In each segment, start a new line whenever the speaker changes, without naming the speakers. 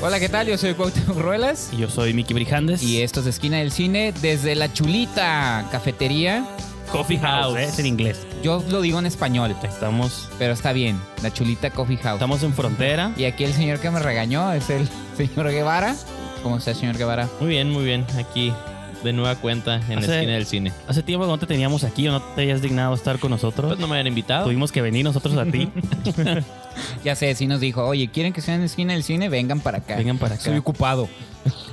Hola, ¿qué tal? Yo soy Cuauhtémoc Ruelas.
Y yo soy Miki Brijandes.
Y esto es Esquina del Cine desde La Chulita Cafetería.
Coffee House. ¿eh? Es en inglés.
Yo lo digo en español,
Estamos,
pero está bien. La Chulita Coffee House.
estamos en frontera.
Y aquí el señor que me regañó es el señor Guevara. ¿Cómo está, señor Guevara?
Muy bien, muy bien. Aquí, de nueva cuenta, en
Hace-
la esquina del cine.
Hace tiempo que no te teníamos aquí o no te hayas dignado estar con nosotros.
Pues no me habían invitado.
Tuvimos que venir nosotros a ti.
Ya sé, sí nos dijo, oye, ¿quieren que sea en la esquina del cine? Vengan para acá.
Vengan para acá.
Soy ocupado.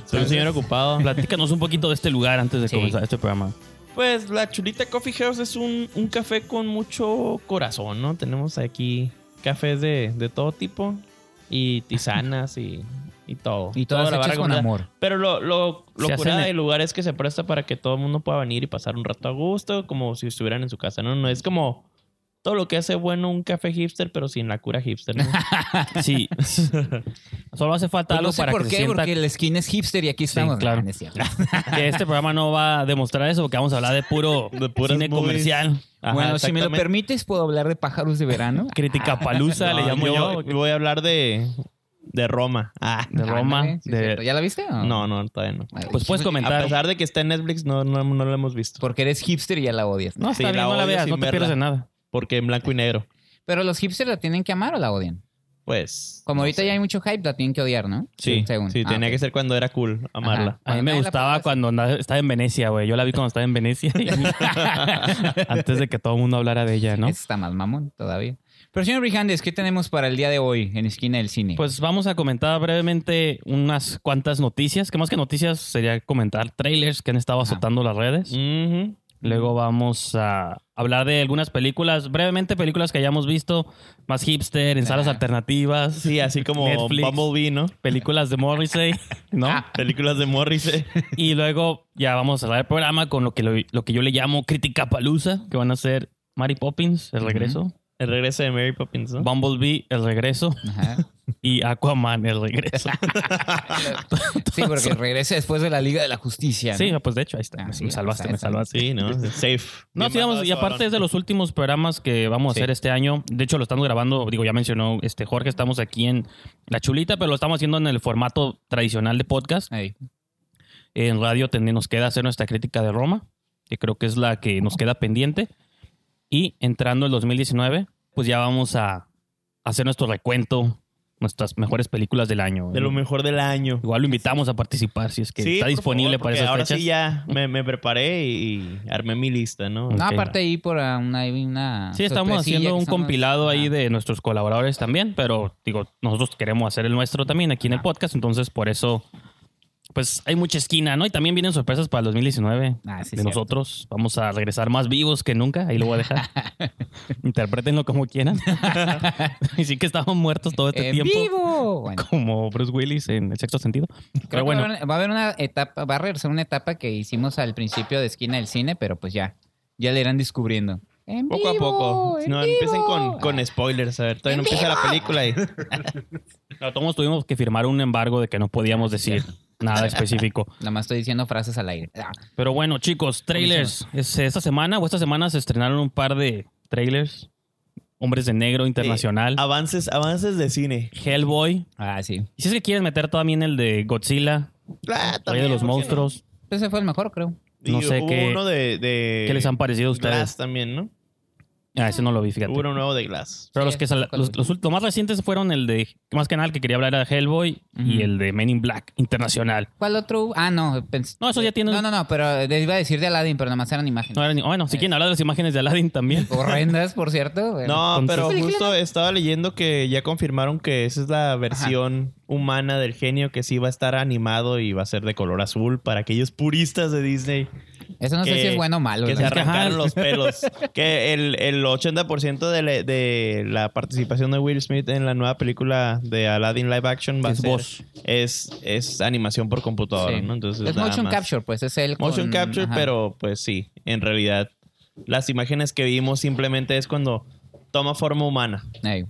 Soy un señor ocupado.
Platícanos un poquito de este lugar antes de
Sí.
comenzar este programa.
Pues la Chulita Coffee House es un, un café con mucho corazón, ¿no? Tenemos aquí cafés de, de todo tipo y tisanas y, y todo.
Y
Toda
todas
la barra
hechas con
combinada.
amor.
Pero lo, lo, lo
Se hacen
curada
en-
del lugar es que se presta para que todo el mundo pueda venir y pasar un rato a gusto, como si estuvieran en su casa, ¿no? No es como todo lo que hace bueno un café hipster, pero sin la cura hipster, ¿no?
Sí. Solo hace
Pues
falta algo
no sé
para
por
que
qué,
se sienta
porque la esquina es hipster y aquí estamos. Ah,
claro.
No, no es cierto.
que este programa no va a demostrar eso, porque vamos a hablar de puro
De puras
cine
movies.
comercial.
Ajá,
bueno, si me lo
exactamente.
permites, ¿puedo hablar de pájaros de verano?
Crítica palusa,
No,
le llamo yo.
voy- Voy a hablar de, de Roma. Ah,
De Roma.
Ándale, sí,
de-
cierto. ¿Ya la viste? o
no, no, todavía no.
Ay,
Pues
híjole,
puedes
A
comentar.
pesar de que está en Netflix, no, no, no lo hemos visto.
Porque eres hipster y ya la odias.
No,
Sí,
está bien,
la
no la
odio
veas,
sin
no te pierdes
verla.
de nada.
Porque en blanco y negro.
Pero los hipsters la tienen que amar o la odian.
Pues.
Como
no
ahorita
sé.
ya hay mucho hype, la tienen que odiar, ¿no?
Sí,
Según.
sí
Ah,
tenía
ok.
que ser cuando era cool amarla.
A
Bueno,
mí me
ahí la
gustaba
pongo
cuando andaba- estaba en Venecia, güey. Yo la vi cuando estaba en Venecia. Antes de que todo el mundo hablara de ella, ¿no?
Ese está más mamón todavía. Pero señor Brijandes, ¿qué tenemos para el día de hoy en Esquina del Cine?
Pues vamos a comentar brevemente unas cuantas noticias. Que más que noticias sería comentar trailers que han estado azotando las redes.
Mm.
Ujú.
Luego vamos a hablar de algunas películas, brevemente películas que hayamos visto, más hipster, en salas
Ah.
alternativas.
Sí, así como
Netflix.
Bumblebee, ¿no? Ah.
Películas de Morrissey, ¿no?
Películas de Morris.
Y luego ya vamos a cerrar el programa con lo que, lo, lo que yo le llamo crítica palusa, que van a ser Mary Poppins, el
Ujú.
regreso,
El regreso de Mary Poppins, ¿no?
Bumblebee, el regreso,
Ajá.
y Aquaman, el regreso.
Sí, porque regresa después de la Liga de la Justicia. ¿no?
Sí, pues de hecho, ahí está.
Ah,
me
sí,
salvaste,
está,
me
está.
salvaste.
Sí, ¿no? Safe.
No,
Bien
sí, vamos,
mandado,
y aparte
cabrón.
es de los últimos programas que vamos a
Sí.
hacer este año. De hecho, lo estamos grabando, digo, ya mencionó este Jorge, estamos aquí en La Chulita, pero lo estamos haciendo en el formato tradicional de podcast.
Ahí.
En radio ten- nos queda hacer nuestra crítica de Roma, que creo que es la que nos queda pendiente. Y entrando el 2019, pues ya vamos a hacer nuestro recuento, nuestras mejores películas del año.
De lo mejor del año.
Igual lo invitamos a participar si es que
Sí,
está
por
disponible
favor,
para esas
porque ahora
fechas.
sí ya me, me preparé y, y armé mi lista, ¿no?
Ah,
No,
Ok.
aparte ahí por ah, una... una
Sí, estamos
sorpresilla
haciendo
pues, que
un
estamos-
compilado ahí
Ah,
de nuestros colaboradores también, pero digo, nosotros queremos hacer el nuestro también aquí en el
Ah.
podcast, entonces por eso, pues hay mucha esquina, ¿no? Y también vienen sorpresas para el 2019
Ah, sí,
de
cierto.
nosotros. Vamos a regresar más vivos que nunca, ahí lo voy a dejar. Interpretenlo como quieran. y sí que estamos muertos todo este
¡En
tiempo.
vivo! Bueno,
Como Bruce Willis en el sexto sentido.
creo
Pero
que
bueno,
va a haber- va a haber una etapa, va a regresar una etapa que hicimos al principio de Esquina del Cine, pero pues ya, ya le irán descubriendo. ¡En
Poco a
vivo!
poco.
¡En
No,
vivo!
empiecen con,
Ah.
con spoilers. A ver, todavía no empieza la película. Y...
todos tuvimos que firmar un embargo de que no podíamos decir nada específico.
Nada más estoy diciendo frases al aire. Ah,
Pero bueno, chicos, trailers. Es- esta semana o esta semana se estrenaron un par de trailers. Hombres de Negro Internacional,
Avances, avances de cine.
Hellboy.
Ah, sí.
Y si es que quieres meter también el de Godzilla,
Ah,
Rey de
también,
los
¿por qué
Monstruos.
Ese fue el mejor, creo.
no?
No
Y
sé
hubo
qué-
uno de, de...
¿Qué les han parecido a ustedes?
Glass también, ¿no?
Ah, ese no lo vi, fíjate.
Hubo uno nuevo de Glass.
Pero
Sí,
los que
ese
sal-
tampoco lo
los,
vi.
los ult- los más recientes fueron el de, más que nada el que quería hablar era Hellboy y
Ujú.
el de Men in Black Internacional.
¿Cuál otro? hubo? Ah, no. pens-
No, eso ya tiene-
No, no, no, pero les iba a decir de Aladdin, pero nada más eran imágenes.
No, era ni- bueno, si quieren hablar de las imágenes de Aladdin también.
Horrendas, por cierto. bueno.
No,
Entonces-
pero
¿Película?
justo estaba leyendo que ya confirmaron que esa es la versión humana del genio que sí va a estar animado y va a ser de color azul para aquellos puristas de Disney
Eso no sé
que-
si es bueno o malo.
que
la
se
verdad.
arrancaron
Ajá.
los pelos. Que el, el 80% de, la- de la participación de Will Smith en la nueva película de Aladdin Live Action va a
Es
ser-
voz.
Es, es animación por computadora,
Sí.
¿no? Entonces,
es
nada
motion
más.
capture, pues es el.
Motion
con-
capture,
ajá.
pero pues sí, en realidad las imágenes que vimos simplemente es cuando toma forma humana.
Ey.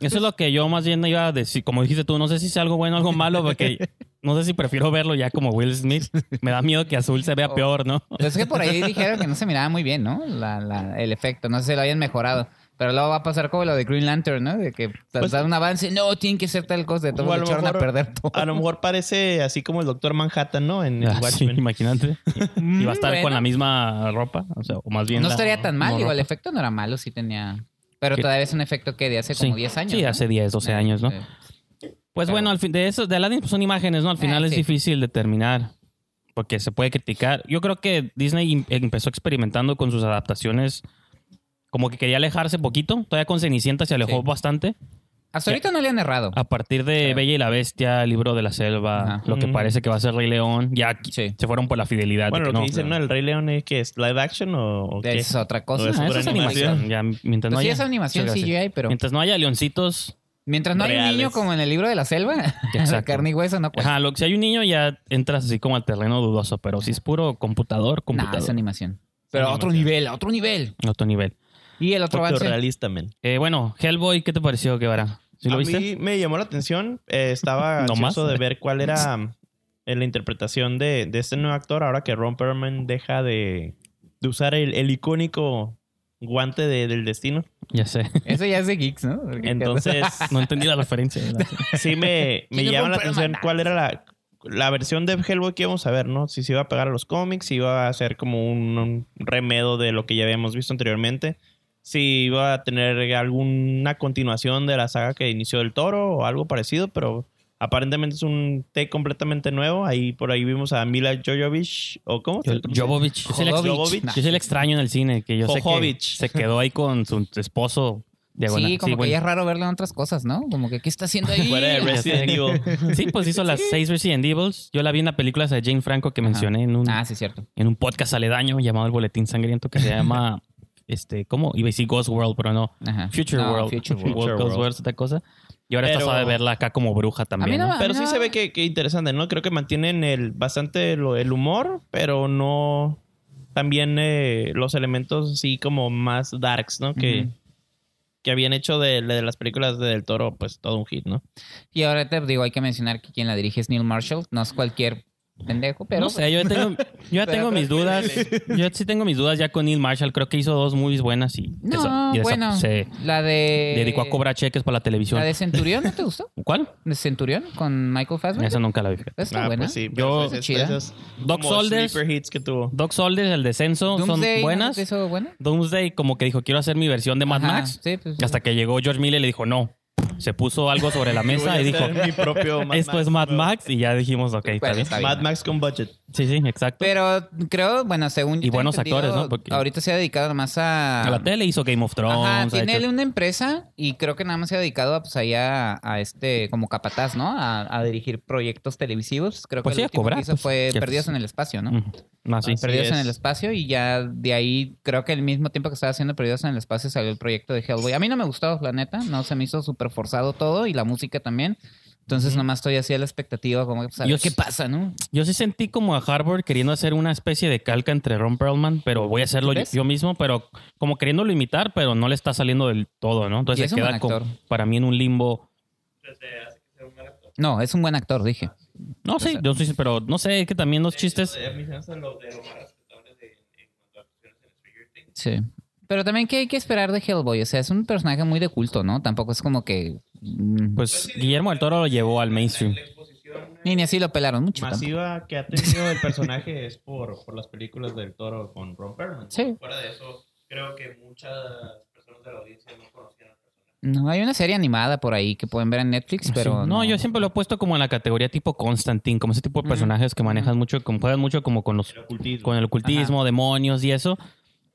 Eso es lo que yo más bien iba a decir. Como dijiste tú, no sé si es algo bueno o algo malo, porque no sé si prefiero verlo ya como Will Smith. Me da miedo que azul se vea peor, ¿no?
Pero Es que por ahí dijeron que no se miraba muy bien, ¿no? La- la- el efecto, no sé si lo habían mejorado. Pero luego va a pasar como lo de Green Lantern, ¿no? De que
Pues-
da un avance, no, tiene que ser tal cosa, de
O
todo
a
lo
lo
echaron a
mejor-
perder todo.
A lo mejor parece así como el Doctor Manhattan, ¿no? En, en
Ah, sí,
Watchmen.
imagínate. Y va a estar
Bueno.
con la misma ropa, o sea, o más bien.
No
la-
estaría tan mal,
no
digo, el
ropa.
efecto no era malo, sí tenía... Pero
Que-
todavía es un efecto que de hace como
Sí.
10 años.
Sí,
¿no?
hace 10, 12 años, ¿no?
Eh,
Pues
Pero-
bueno, al fin de eso, de Aladdin pues, son imágenes, ¿no? Al final
Ah,
es
sí.
difícil determinar porque se puede criticar. Yo creo que Disney im- empezó experimentando con sus adaptaciones, como que quería alejarse poquito. Todavía con Cenicienta se alejó
Sí.
bastante.
Hasta ahorita no le han errado.
A partir de
Sí.
Bella y la Bestia, Libro de la Selva,
Ajá.
lo que
Mm.
parece que va a ser Rey León, ya aquí-
Sí.
se fueron por la fidelidad. de
Bueno,
que
lo
no.
que dicen, ¿no? El Rey León es que es live action o, o qué.
Es otra cosa.
No,
Ah,
es
esa es
animación.
animación. Ya, mientras no
Pues sí,
haya-
es animación
Muchas gracias.
CGI, pero
Mientras no haya leoncitos,
mientras no hay un
Reales.
niño como en el libro de la selva, de
Exacto.
carne y hueso, no pues, cuenta.
ajá, lo que si hay un niño ya entras así como al terreno dudoso, pero si es puro computador,
No,
computador.
es animación. Pero a otro
animación.
nivel, a otro nivel.
Otro nivel.
Y el otro
Fotorrealista,
avance.
man.
Eh, bueno, Hellboy, ¿qué te pareció, Guevara? ¿Sí lo
a
viste?
mí me llamó la atención. eh, estaba
¿No más?
ansioso de ver cuál era mm, eh, la interpretación de, de este nuevo actor ahora que Ron Perlman deja de, de usar el, el icónico guante de- del destino.
Ya sé.
Eso ya es de geeks, ¿no? Porque-
Entonces,
No entendí la referencia. ¿verdad?
sí me, me
¿Quién es
llama
Ron
la atención
Perlman?
cuál era la, la versión de Hellboy que íbamos a ver, ¿no? Si se iba a pegar a los cómics, si iba a ser como un, un remedo de lo que ya habíamos visto anteriormente, si iba a tener alguna continuación de la saga que inició el toro o algo parecido, pero aparentemente es un take completamente nuevo. Ahí por ahí vimos a Mila Jovovich, ¿o cómo? se-
Yo- Jovovich. Yo soy, el ex-
Jodovich.
Jodovich.
Nah.
yo soy el extraño en el cine, que yo sé que
Jojovich.
se quedó ahí con su esposo. diagonal.
Sí, como que
bueno.
ya es raro verlo en otras cosas, ¿no? Como que, ¿qué está haciendo ahí?
Fuera de Resident Evil.
Sí, pues hizo las seis Resident Evils. Yo la vi en la película esa de Jane Franco que
Ajá.
mencioné en un,
Ah, sí, cierto.
en un podcast aledaño llamado El Boletín Sangriento que se llama, este, ¿cómo? Iba a decir Ghost World, pero no.
Ajá.
Future
No,
World.
Future World.
World.
Ghost World, esta cosa. Y ahora
Pero-
está sabe verla acá como bruja también.
no
¿no?
me-
Pero sí
no.
se ve que, que interesante, ¿no? Creo que mantienen el, bastante lo- el humor, pero no también eh, los elementos sí como más darks, ¿no? Que,
Ujú.
que habían hecho de, de las películas de Del Toro, pues todo un hit, ¿no?
Y ahora te digo, hay que mencionar que quien la dirige es Neil Marshall. No es cualquier pendejo, pero...
No sé, yo ya tengo, yo ya
Pero
tengo mis dudas.
tranquilo.
Yo sí tengo mis dudas ya con Neil Marshall. Creo que hizo dos movies buenas y,
No,
desa- y desa-
bueno.
se
La de...
dedicó a cobrar cheques para la televisión.
¿La de Centurión no te gustó?
¿Cuál?
¿De Centurión con Michael Fassbender?
Esa nunca la vi. fíjate.
Ah, pues
Está buena.
Yo-
esas- chida.
Doc
como
Soldiers.
sleeper hits que tuvo.
Dog Soldiers, El Descenso,
Doomsday,
son
¿no
buenas.
te hizo buena?
Doomsday como que dijo, quiero hacer mi versión de Mad
Ajá,
Max.
sí, pues,
Hasta que llegó George Miller y le dijo, no. Se puso algo sobre la mesa y
Voy a
dijo,
hacer mi propio Mad
esto es Mad
nuevo.
Max. Y ya dijimos, ok, está
Bueno,
bien.
está bien.
Mad Max con budget.
Sí, sí, exacto.
Pero creo, bueno, según yo
Y
tengo
buenos
entendido,
actores, ¿no? Porque-
Ahorita se ha dedicado nomás a...
A la tele hizo Game of Thrones.
ah, Ajá,
ha
tiene
hecho-
él una empresa y creo que nada más se ha dedicado a, pues, ahí a, a este, como capataz, ¿no? A, a dirigir proyectos televisivos. Creo
Pues
que
sí,
el
a
último
cobrar,
que hizo
pues,
fue
que-
Perdidos en el Espacio, ¿no?
Mm, No, sí.
Ah, sí.
Perdidos en
es.
el Espacio y ya de ahí creo que al mismo tiempo que estaba haciendo Perdidos en el Espacio salió el proyecto de Hellboy. A mí no me gustó, la neta, no se me hizo súper forzado todo y la música también. Entonces nomás estoy así a la expectativa como que pues, a
Yo
ver qué
s-
pasa, ¿no?
Yo sí sentí como a Harvard queriendo hacer una especie de calca entre Ron Perlman, pero voy a hacerlo yo,
¿Crees?
yo mismo, pero como queriéndolo imitar, pero no le está saliendo del todo, ¿no?
Y
Entonces
es
se
un
queda
buen actor.
como, para mí en un limbo.
No, es un buen actor, dije.
No sé,
Exacto.
yo sí, pero no sé, es que también los chistes.
Eh,
Sí. Pero también, ¿qué hay que esperar de Hellboy? O sea, es un personaje muy de culto, ¿no? Tampoco es como que... mm,
Pues Guillermo del Toro lo llevó al mainstream.
Ni, ni así lo pelaron mucho. tampoco.
masiva que ha tenido el personaje es por, por las películas del toro con Ron Perlman.
Sí.
Fuera de eso, creo que muchas personas de la audiencia no conocían al personaje.
No, hay una serie animada por ahí que pueden ver en Netflix, pero...
Ah, Sí. No, yo siempre lo he puesto como en la categoría tipo Constantine, como ese tipo de
Ujú.
personajes que manejan mucho, como juegan mucho como con los
El ocultismo.
con el ocultismo, demonios y eso.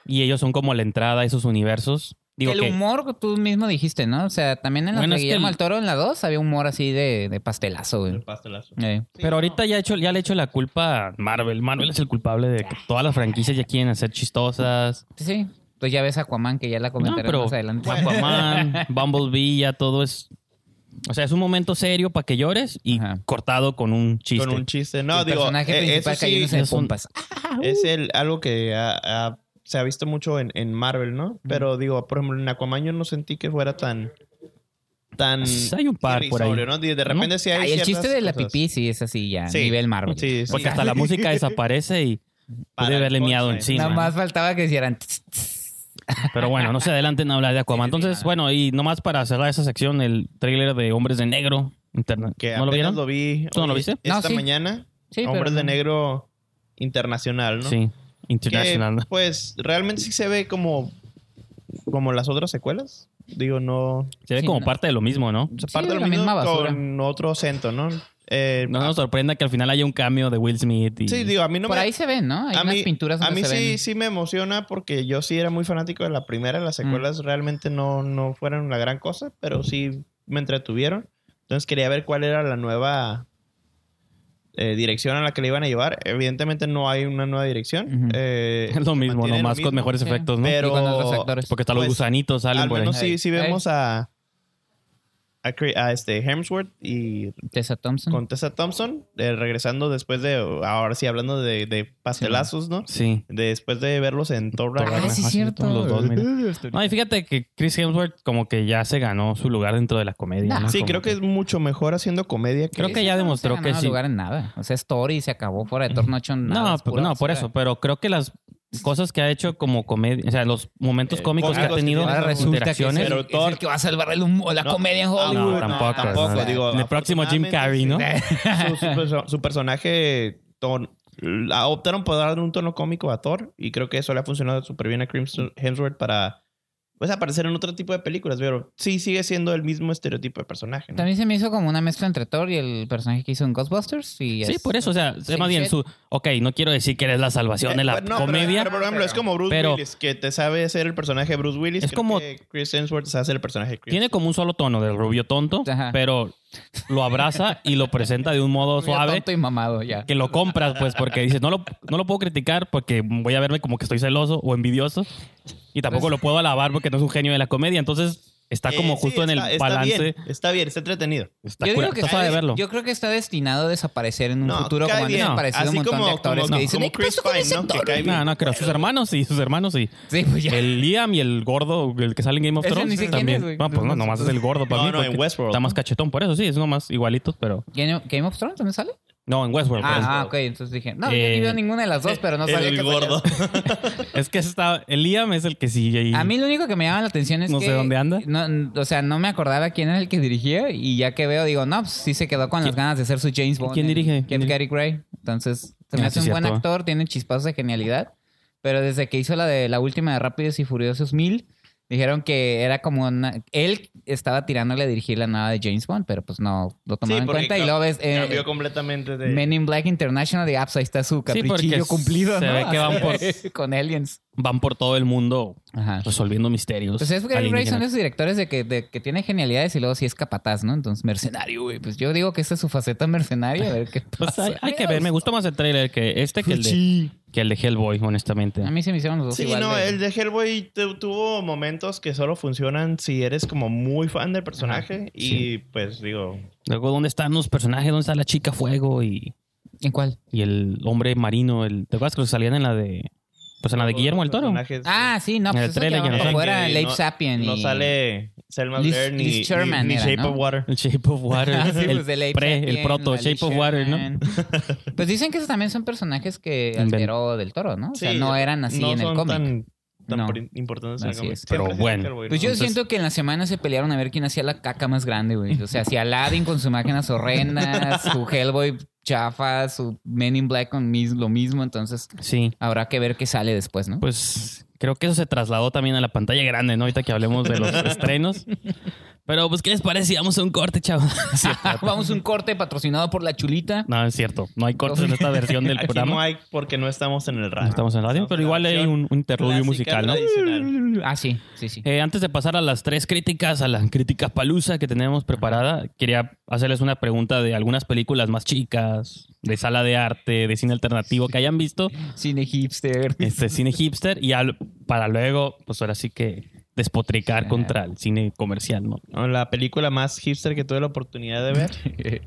Y ellos son como la entrada a esos universos. Digo
el
que
humor, tú mismo dijiste, ¿no? O sea, también en la
Bueno,
de
es que
Guillermo
el-
del Toro, en la 2, había humor así de, de pastelazo, güey.
El pastelazo.
Eh,
Pero ahorita ya, he hecho, ya le he hecho la culpa a Marvel. Marvel es el culpable de que todas las franquicias ya quieren hacer chistosas.
sí, pues ya ves Aquaman, que ya la
No,
comentaré
pero
más adelante.
Aquaman, Bumblebee, ya todo es... O sea, es un momento serio para que llores y
Ajá. cortado
cortado con un chiste.
Con un chiste. No,
el
digo,
personaje
eh,
principal
eso sí
cayéndose de
es un-
pompas.
es el, algo que ha- ha- se ha visto mucho en, en Marvel, ¿no? Pero digo, por ejemplo, en Aquaman yo no sentí que fuera tan... tan
Sí, Pues hay un par por ahí.
irrisorio, ¿no? De de repente sí hay
Ah, y el
ciertas
chiste de la
cosas.
pipí sí es así ya,
Sí.
nivel Marvel.
Sí, sí.
Porque hasta la música desaparece y
Para
pude haberle
el
miado
punchline.
encima.
Nada más faltaba que hicieran... tss, tss.
Pero bueno, no se adelanten a hablar de
Sí, sí,
Aquaman.
sí,
Entonces,
nada.
bueno, y nomás para cerrar esa sección, el tráiler de Hombres de Negro. Interna
Que
¿No lo
apenas
vieron?
lo vi.
¿Tú no lo
hoy-
viste?
No,
Esta
sí.
mañana.
Sí, pero-
Hombres de Negro Internacional, ¿no?
Sí,
Que,
International.
pues realmente sí se ve como, como las otras secuelas. Digo, no.
Se ve
Sí,
como
no.
parte de lo mismo, ¿no?
se
Sí,
parte de lo
la
mismo
misma basura.
con otro acento, ¿no? Eh,
No nos sorprenda que al final haya un cambio de Will Smith. Y...
sí, digo, a mí no
Por
me.
ahí se ven, ¿no? Hay
a
unas
mí,
pinturas
a
donde
mí
se
sí,
ven.
sí me emociona porque yo sí era muy fanático de la primera.
Mm.
Las secuelas realmente no, no fueron la gran cosa, pero sí me entretuvieron. Entonces quería ver cuál era la nueva eh, dirección a la que le iban a llevar. Evidentemente no hay una nueva dirección.
Ujú.
Eh,
Es lo
se
mismo,
mantiene lo
nomás con
mismo.
mejores
sí.
efectos, ¿no?
Pero-
Y con otros actores.
Porque hasta los
pues,
gusanitos salen
Al
por ahí.
menos sí, sí
Ey.
vemos a, a, Cri- a este Hemsworth y
Tessa Thompson.
con Tessa Thompson eh, regresando después de, ahora sí hablando de, de pastelazos, ¿no?
Sí.
Después de verlos en Thor
Thor
Ah,
Ragnarok.
sí,
Ragnarok,
cierto.
todos los dos, mira. No, y fíjate que Chris Hemsworth como que ya se ganó su lugar dentro de la comedia.
Nah.
¿no?
Sí,
Como
creo que es mucho mejor haciendo comedia que...
Creo que ya
no se
demostró
ganó
que sí.
lugar en nada. O sea, Story y se acabó fuera de Torno
No, p- no, por eso. Pero creo que las cosas que ha hecho como comedia, o sea, los momentos
Eh,
cómicos que ha
cómicos que
tenido,
tiene,
Ahora resulta que es el,
interacciones.
Pero
es el
Thor-
que va a salvar el humo- la
No,
comedia en
Ah,
Hollywood.
no, tampoco,
tampoco,
no.
digo,
El próximo Jim Carrey, ¿no?
su, su perso- su personaje ton- la- optaron por darle un tono cómico a Thor y creo que eso le ha funcionado súper bien a Crimson Hemsworth para pues aparecer en otro tipo de películas, pero sí sigue siendo el mismo estereotipo de personaje. ¿no?
También se me hizo como una mezcla entre Thor y el personaje que hizo en Ghostbusters. Y
Sí,
es-
por eso, o sea,
Sí,
más bien
sí. pues,
su... Ok, no quiero decir que eres la salvación de
Eh,
la
bueno, pero-
comedia.
Pero, por ejemplo, es como Bruce
Pero-
Willis, que te sabe hacer el personaje de Bruce Willis.
Es
creo
como-
que Chris Hemsworth se hace el personaje de Chris.
Tiene como un solo tono del rubio tonto,
Ajá.
pero lo abraza y lo presenta de un modo
Medio
suave
tonto y mamado ya.
que lo compras, pues, porque dices, no lo, no lo puedo criticar porque voy a verme como que estoy celoso o envidioso y tampoco
Pues-
lo puedo alabar porque no es un genio de la comedia. Entonces está
Eh,
como
sí,
justo en el
está- está
balance.
bien, está bien, está entretenido.
Está,
yo,
cura-
digo que
está
está
suave
des-
verlo.
yo creo que está destinado a desaparecer en un
No,
futuro
cae
como han
bien.
desaparecido
Así
un montón
como-
de actores
como-
que dicen,
como
"Ey, ¿qué pasó
Chris
con
Pine,
ese
¿no? Que
actor?"
cae bien.
No, no creo. Sus hermanos sí, sus hermanos sí.
Sí, pues ya.
El Liam y el gordo, el que sale en Game of
Ese ni
Thrones,
sé quién es,
también.
güey.
no, pues no, nomás es el gordo para
No,
mí.
no, en
porque
Westworld,
Está más
¿no?
cachetón, por eso sí, es nomás igualitos, pero...
Game, Game of Thrones también sale?
No, en Westworld.
Ah,
perdón.
ah, ok. Entonces dije, no, yo
Eh,
ni veo ninguna de las dos, pero no sabía
el
que salía.
gordo.
Es que está, el Liam es el que sigue ahí.
A mí lo único que me llama la atención es
No
que...
sé dónde anda.
no, n- o sea, no me acordaba quién era el que dirigía y ya que veo, digo, no, pues sí se quedó con las ganas de ser su James Bond.
quién
en
dirige? ¿Quién
Get
dirige?
Gary Gray. Entonces, se me
Ah,
hace
sí,
un buen
cierto.
actor, tiene chispazos de genialidad. Pero desde que hizo la de la última de Rápidos y Furiosos 1000, dijeron que era como una... Él estaba tirándole a dirigir la nueva de James Bond, pero pues no lo tomaron en
porque
cuenta y
ca-
luego ves... eh,
Cambió completamente de...
Men in Black International de Apps, ahí está su
porque
caprichillo cumplido,
se
¿no?
ve que van por-
Con aliens.
Van por todo el mundo
Ajá.
resolviendo misterios.
Pues es Gary Ray son
alienígenas.
esos directores de que, de que tiene genialidades y luego sí es capataz, ¿no? Entonces, mercenario, güey. Pues yo digo que esa es su faceta mercenaria. A ver qué
Pues
pasa.
hay, hay que ver, me gustó más el trailer que este que el de, que el de Hellboy, honestamente.
A mí se me hicieron los dos
Sí,
igual
no,
de-
el de Hellboy tu- tuvo momentos que solo funcionan si eres como muy fan del personaje y
sí.
pues digo,
Luego, ¿dónde están los personajes? ¿Dónde está la chica fuego y,
¿En cuál?
y el hombre marino? El, ¿Te acuerdas que salían en la de. Pues en la de Guillermo el Toro?
personajes-
Ah, sí, no,
En
pues
el
eso
trailer
ya
que
va
no
para
sale.
fuera
Que
Late
no-
Sapien.
No
y-
sale Selma
Liz-
Blair ni,
Liz
ni-
Sherman
ni
era,
Shape
¿no?
of Water.
El Shape of Water.
Ah, sí,
el
pues, de Late
pre,
Sapien,
el proto,
la de
Shape of Water, ¿no?
Sherman. Pues dicen que esos también son personajes que
Inven-
alteró del toro, ¿no? O sea, no eran así
no
en el
son
cómic.
tan, tan
No.
pri- importantes en el
Así
cómic.
es.
Pero
Siempre
bueno.
Hellboy, ¿no?
Pues yo
Entonces,
siento que en la semana se pelearon a ver quién hacía la caca más grande, güey. O sea, si Aladdin con sus máquinas horrendas, su Hellboy chafa, su Men in Black con mis- lo mismo. Entonces,
Sí.
habrá que ver qué sale después, ¿no?
Pues creo que eso se trasladó también a la pantalla grande, ¿no? Ahorita que hablemos de los estrenos. Pero, pues, ¿qué les parece? si Vamos a un corte, chavos.
Vamos a un corte patrocinado por La Chulita.
No, es cierto. No hay cortes en esta versión del
aquí
programa.
no hay porque no estamos en el
No
radio.
estamos en radio, pero igual hay un, un interludio
clásica,
musical, ¿no?
tradicional.
Ah, sí, sí, sí.
Eh, antes de pasar a las tres críticas, a la crítica palusa que tenemos preparada, quería hacerles una pregunta de algunas películas más chicas, de sala de arte, de cine alternativo que hayan visto,
Cine hipster.
este cine hipster, y al- para luego, pues ahora sí que despotricar contra el cine comercial, ¿no?
La película más hipster que tuve la oportunidad de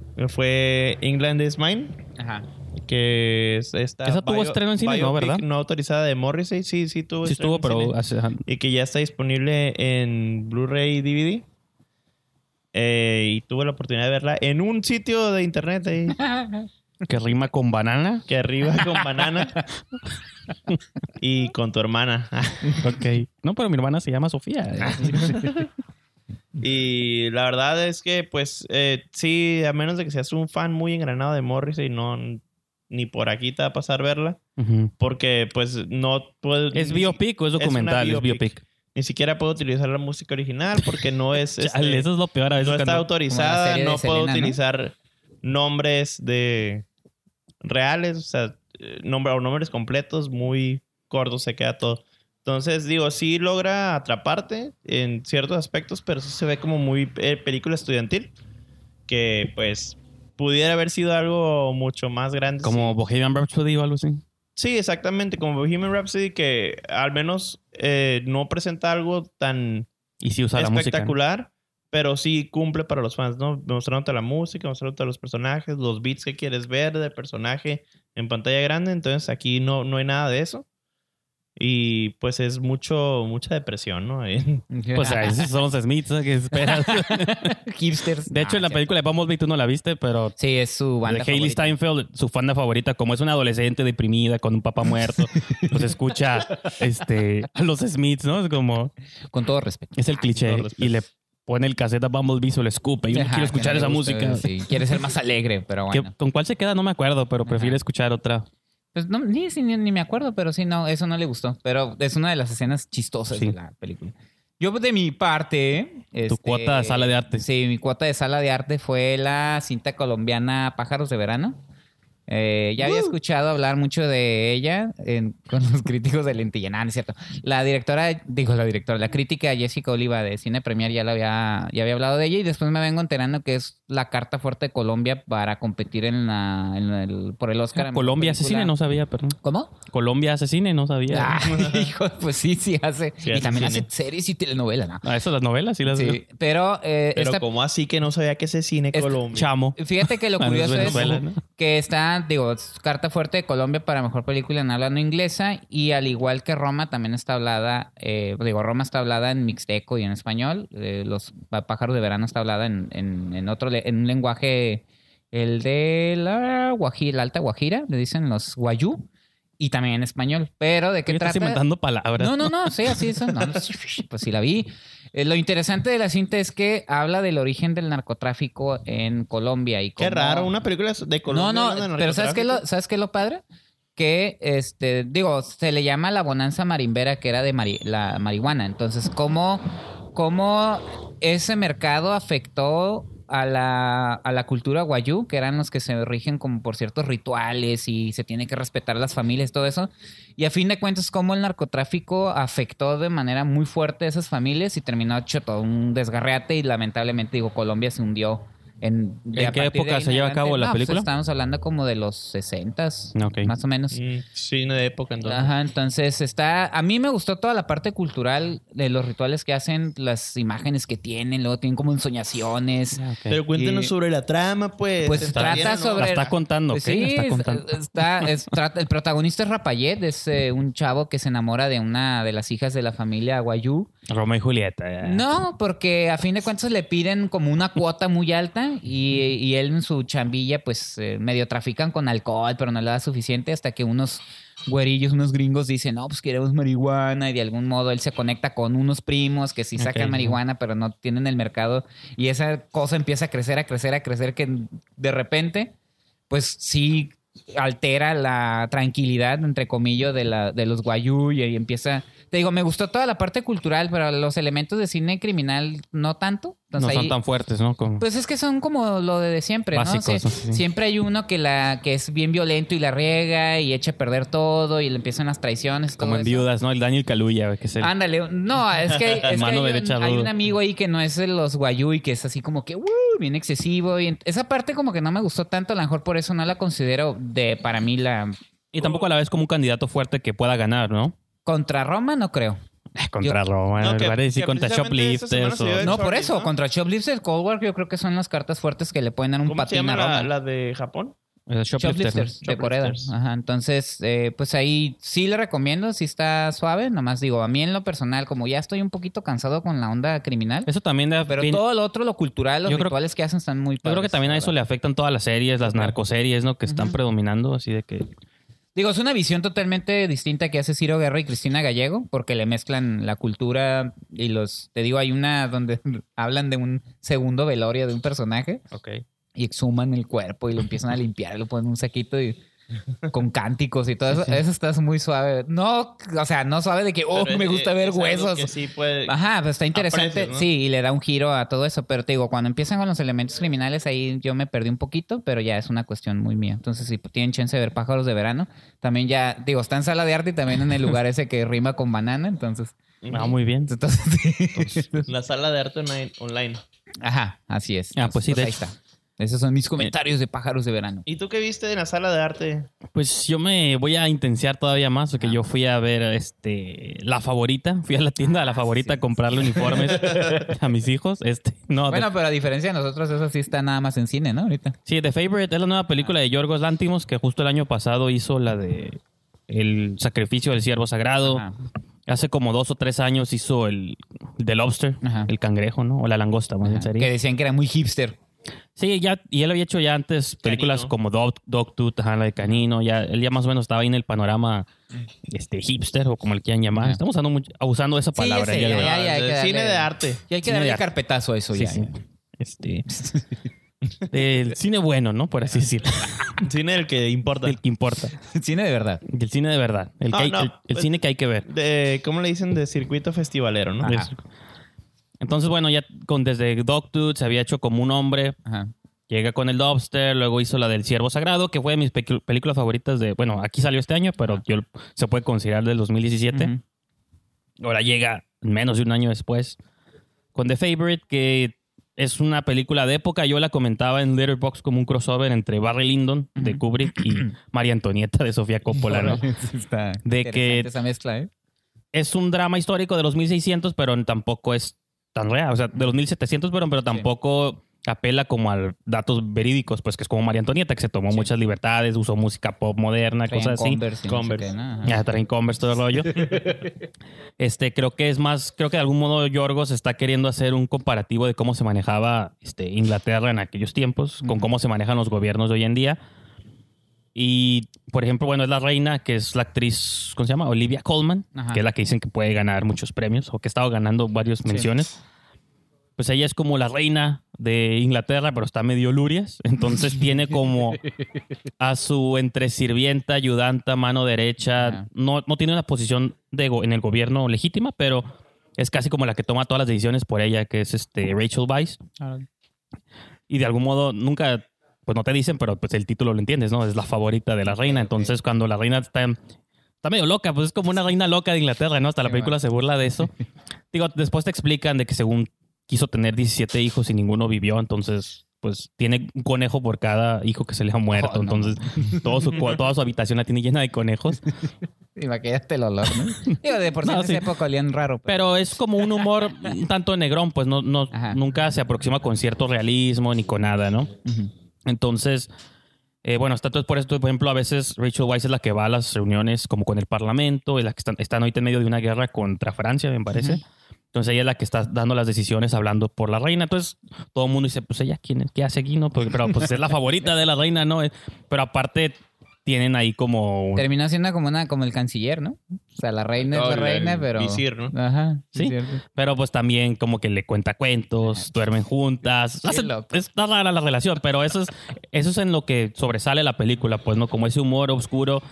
ver fue England is Mine.
Ajá.
que es esta
Esa tuvo estreno en cine, ¿no,
biopic
verdad?
no autorizada de Morrissey sí sí tuvo
Sí
estreno
estuvo,
Pues, en cine.
pero hace- ajá.
y que ya está disponible en Blu-ray y DVD Eh, y tuve la oportunidad de verla en un sitio de internet ahí.
que rima con banana.
Que arriba con banana. y con tu hermana.
ok. No, pero mi hermana se llama
Ah,
Sofía.
Y la verdad es que, pues, eh, sí, a menos de que seas un fan muy engranado de Morrissey, no, ni por aquí te va a pasar verla.
Ujú.
Porque, pues, no puedo...
¿Es
ni-
biopic o es
una
documental? Es
biopic.
biopic.
Ni siquiera puedo utilizar la música original porque no es...
Chale,
este,
eso es lo
Ah,
peor a veces.
no
cuando-
está
Como la
autorizada,
serie de
no puedo
Selena, ¿no?
utilizar nombres de reales, o sea, eh, nombre, o nombres completos, muy corto se queda todo. Entonces, digo, sí logra atraparte en ciertos aspectos, pero sí se ve como muy eh, película estudiantil, que pues pudiera haber sido algo mucho más grande.
Como Bohemian Rhapsody o algo así.
Sí, exactamente, como Bohemian Rhapsody, que al menos eh, no presenta algo tan
Y sí usa la música. ¿no?
espectacular, pero sí cumple para los fans, ¿no? Mostrándote la música, mostrándote los personajes, los beats que quieres ver del personaje en pantalla grande. Entonces aquí no, no hay nada de eso. Y pues es mucho, mucha depresión, ¿no? Eh, Ahí.
Pues a veces son los Smiths ¿eh? que esperas.
hipsters.
De hecho,
Ah,
en la
sí.
película de Bumblebee tú no la viste, pero
Sí, es su
de
banda.
Hailey
favorita.
Steinfeld, su fanda favorita, como es una adolescente deprimida con un papá muerto, pues escucha este, a los Smiths, ¿no? Es como,
Con todo respeto.
es el cliché.
todo respeto.
Y le pone el cassette a Bumblebee, se lo escupe. Yo no
Ajá,
quiero escuchar
que no
esa
le gusta,
música.
sí. Quiere ser más alegre, pero
¿Qué-
bueno.
¿Con cuál se queda? No me acuerdo, pero prefiero
Ajá.
escuchar otra.
Pues no, ni, sí, ni, ni me acuerdo, pero sí, no, eso no le gustó. Pero es una de las escenas chistosas
Sí.
de la película. Yo de mi parte...
Tu cuota de sala de arte.
Este, Sí, mi cuota de sala de arte fue la cinta colombiana Pájaros de Verano. Eh, ya había escuchado hablar mucho de ella en- con los críticos de Lentilla. Nah, no es cierto. La directora, digo la directora, la crítica Jessica Oliva de Cine Premier ya, la había, ya había hablado de ella y después me vengo enterando que es la carta fuerte de Colombia para competir en la, en el- por el Oscar. a mejor
Colombia asesina,
película.
no sabía, perdón.
¿Cómo?
Colombia asesina, no sabía.
Ah, hijo, pues sí, sí hace.
Sí
y
hace
también
cine.
hace series y telenovelas, ¿no?
Ah, esas las novelas, sí las
Sí, pero, eh,
Pero
esta-
como así que no sabía que ese cine
Esta-
Colombia.
Chamo.
fíjate que lo
Ah, no, es
curioso es
Venezuela, ¿no?
que está, digo, es carta fuerte de Colombia para mejor película en habla no inglesa y al igual que Roma también está hablada, eh, digo, Roma está hablada en mixteco y en español, eh, Los pájaros de verano está hablada en, en- en otro, le- en un lenguaje, el de la Guajira, la alta Guajira, le dicen los guayú, y también en español, pero ¿de qué
Yo estás
trata?
inventando palabras.
No, no, no, sí, así es. no, no, sí, pues sí la vi. Eh, lo interesante de la cinta es que habla del origen del narcotráfico en Colombia y
Qué
cómo-
raro, una película de Colombia.
No,
hablando
no,
de
pero ¿sabes qué, es lo,
narcotráfico.
¿sabes qué es lo padre? Que, este, digo, se le llama la bonanza marimbera que era de mari- la marihuana. Entonces, ¿cómo, cómo ese mercado afectó a la, a la cultura guayú, que eran los que se rigen como por ciertos rituales y se tiene que respetar las familias, todo eso? Y a fin de cuentas, cómo el narcotráfico afectó de manera muy fuerte a esas familias y terminó hecho todo un desgarreate y lamentablemente, digo, Colombia se hundió. ¿En, de
¿En
a
qué
partir de
época
ahí en
se lleva a cabo la
pues,
película?
estamos hablando como de los 60
Ok.
más o menos.
Mm, cine de época entonces.
Ajá, entonces está. A mí me gustó toda la parte cultural de los rituales que hacen, las imágenes que tienen, luego tienen como ensoñaciones.
Ah, ok.
Pero cuéntenos
Y-
sobre la trama, pues.
Pues
Está
trata
bien, ¿no?
sobre-
La está contando, Ah,
Pues
¿ok?
sí,
La está
es-
contando.
está- es- trata- el protagonista es Rapayet, es eh, un chavo que se enamora de una de las hijas de la familia Guayú.
Romeo y Julieta. ya.
No, porque a fin de cuentas le piden como una cuota muy alta y, y él en su chambilla pues eh, medio trafican con alcohol, pero no le da suficiente hasta que unos güerillos, unos gringos dicen, no, pues queremos marihuana y de algún modo él se conecta con unos primos que sí sacan
Ok,
marihuana pero no tienen el mercado y esa cosa empieza a crecer, a crecer, a crecer que de repente pues sí altera la tranquilidad, entre comillas, de, la, de los guayú y ahí empieza... Te digo, me gustó toda la parte cultural, pero los elementos de cine criminal no tanto. Entonces,
no
ahí-
son tan fuertes, ¿no? Como-
Pues es que son como lo de, de siempre, ¿no?
Básicos,
Sie-
sí.
Siempre hay uno que, la, que es bien violento y la riega y echa a perder todo y le empiezan las traiciones.
como
todo
en
eso. Ah,
viudas, ¿no? El Daniel Caluya, que es el...
Ándale, no, es que, es que
Mano
hay,
derecha
un, hay
rudo.
un amigo ahí que no es de los guayú y que es así como que, uh, bien excesivo. Y en- esa parte como que no me gustó tanto, a lo mejor por eso no la considero de, para mí, la...
Y tampoco a la vez como un candidato fuerte que pueda ganar, ¿no?
Contra Roma no creo.
Eh, Contra Roma,
No,
me
que-
parece, sí,
que
contra
precisamente esta semana
shoplifters. o-
se dio-
No, por
Shorties,
eso,
¿no?
contra Shoplifters, Cold War, yo creo que son las cartas fuertes que le pueden dar un
¿Cómo se
patín
llama
a Roma.
la, la de Japón?
Eh, Shoplifter.
Shoplifters de Coreda.
Shoplifters.
Ajá, entonces, eh, pues ahí sí le recomiendo, sí está suave. Nomás digo, a mí en lo personal, como ya estoy un poquito cansado con la onda criminal,
Eso también da...
pero
bien-
todo lo otro, lo cultural, los
Yo creo-
rituales que hacen están muy
yo creo que
padres,
también a eso
la
le afectan todas las series, las narcoseries, ¿no? Que están
Ujú.
predominando, así de que...
verdad. Digo, es una visión totalmente distinta que hace Ciro Guerra y Cristina Gallego, porque le mezclan la cultura y los. Te digo, hay una donde hablan de un segundo velorio de un personaje.
Ok.
y exhuman el cuerpo y lo empiezan a limpiar, lo ponen en un saquito y con cánticos y todo eso. Eso está muy suave. No, o sea, no suave de que, oh,
Pero
me
es-
gusta ver
es algo
huesos.
que sí puede-
Ajá, pues está interesante.
Aprecias, ¿no?
Sí, y le da un giro a todo eso. Pero te digo, cuando empiezan con los elementos criminales, ahí yo me perdí un poquito, pero ya es una cuestión muy mía. Entonces, si tienen chance de ver pájaros de verano, también ya, digo, está en sala de arte y también en el lugar ese que rima con banana. Entonces,
Ah, muy bien.
entonces sí.
Pues, La sala de arte online- online.
Ajá, así es.
Ah, pues sí, de
ahí
hecho.
está. Esos son mis comentarios de pájaros de verano.
¿Y tú qué viste en la sala de arte?
Pues yo me voy a intensiar todavía más, porque yo fui a ver este la favorita, fui a la tienda de la favorita
Ah, sí.
a comprarle uniformes a mis hijos. Este, no,
Bueno, pero a diferencia de nosotros, eso sí está nada más en cine, ¿no? Ahorita.
Sí, The Favorite es la nueva película de Yorgos Lántimos que justo el año pasado hizo la de El sacrificio del ciervo sagrado.
Ajá.
Hace como dos o tres años hizo el The Lobster,
Ajá.
el cangrejo, ¿no? O la langosta, más bien
Ajá.
sería.
Que decían que era muy hipster.
Sí, ya, y él había hecho ya antes películas
Canino.
como Dog, Dogtooth, ajá, la de Canino. Ya, él ya más o menos estaba ahí en el panorama este, hipster o como le quieran llamar.
Ajá.
Estamos usando, mucho- abusando de esa
Sí, ya
palabra.
sé,
ya
ya,
de verdad.
ya, ya, hay
Ah, de
que darle-
cine de arte.
Y hay que
Cine de
darle
arte.
carpetazo a eso
Sí,
ya.
sí.
ya.
Este, del cine bueno, ¿no? Por así decirlo.
Cine del que importa.
El que importa.
¿eh? cine de verdad.
El cine de verdad. El, que
Ah,
hay-
no.
el- el cine que hay que ver.
De, ¿Cómo le dicen? De circuito festivalero, ¿no?
Ajá.
Es-
Entonces, bueno, ya con desde Dogtooth se había hecho como un hombre.
Ajá.
Llega con el Lobster, luego hizo la del Ciervo Sagrado, que fue de mis pecu- películas favoritas de... Bueno, aquí salió este año, pero yo, se puede considerar del 2017.
Ujú.
Ahora llega menos de un año después con The Favorite, que es una película de época. Yo la comentaba en Letterboxd como un crossover entre Barry Lyndon de
Ujú.
Kubrick y María Antonieta de Sofía Coppola, ¿no?
Órale, sí está
De
interesante
que-
Esa mezcla, ¿eh?
es un drama histórico de los 1600, pero tampoco es tan real. O sea, de los 1700, pero, pero tampoco apela como a datos verídicos, pues que es como María Antonieta, que se tomó
Sí.
muchas libertades, usó música pop moderna,
Traían
cosas así.
Converse. y no sé
Converse.
qué, ¿no? Ajá.
Ya traen Converse, todo el rollo. este, creo que es más, creo que de algún modo Yorgos está queriendo hacer un comparativo de cómo se manejaba este, Inglaterra en aquellos tiempos, con
Ujú.
cómo se manejan los gobiernos de hoy en día. Y, por ejemplo, bueno, es la reina, que es la actriz, ¿cómo se llama? Olivia Colman,
Ajá.
que es la que dicen que puede ganar muchos premios o que ha estado ganando varias menciones. Pues ella es como la reina de Inglaterra, pero está medio lurias. Entonces tiene como a su entre sirvienta, ayudanta, mano derecha.
Ajá.
No, no tiene una posición de go- en el gobierno legítima, pero es casi como la que toma todas las decisiones por ella, que es este Rachel Weisz. Y de algún modo nunca, pues no te dicen, pero pues el título lo entiendes, ¿no? Es la favorita de la reina. Entonces cuando la reina está, está medio loca, pues es como una reina loca de Inglaterra, ¿no? Hasta la
Sí,
película
bueno.
se burla de eso. Digo, después te explican de que según quiso tener 17 hijos y ninguno vivió, entonces pues tiene un conejo por cada hijo que se le ha muerto.
Oh, no.
entonces todo su, cu- toda su habitación la tiene llena de conejos.
Imagínate el olor, ¿no? Digo, de por sí
No,
en esa
sí.
época olían raro. pues.
Pero es como un humor un tanto negrón, pues no, no,
Ajá.
nunca se aproxima con cierto realismo ni con nada, ¿no?
Ujú.
Entonces, eh, bueno, está todo por esto, por ejemplo, a veces Rachel Weisz es la que va a las reuniones como con el Parlamento y la que están, están ahorita en medio de una guerra contra Francia, me parece.
Ujú.
Entonces ella es la que está dando las decisiones hablando por la reina. Entonces todo el mundo dice, pues ella, ¿quién, es? ¿qué hace aquí? No? Porque- Pero pues es la favorita de la reina, ¿no? Eh, Pero aparte tienen ahí como... un-
Terminó siendo como una, como el canciller, ¿no? O sea, la reina
No,
es la
el-
reina,
el
pero.
visir, ¿no?
Ajá.
Sí.
es cierto.
Pero pues también como que le cuenta cuentos, duermen juntas.
Qué
Hace-
loco.
está rara la relación, pero eso es, eso es en lo que sobresale la película, pues, ¿no? Como ese humor oscuro.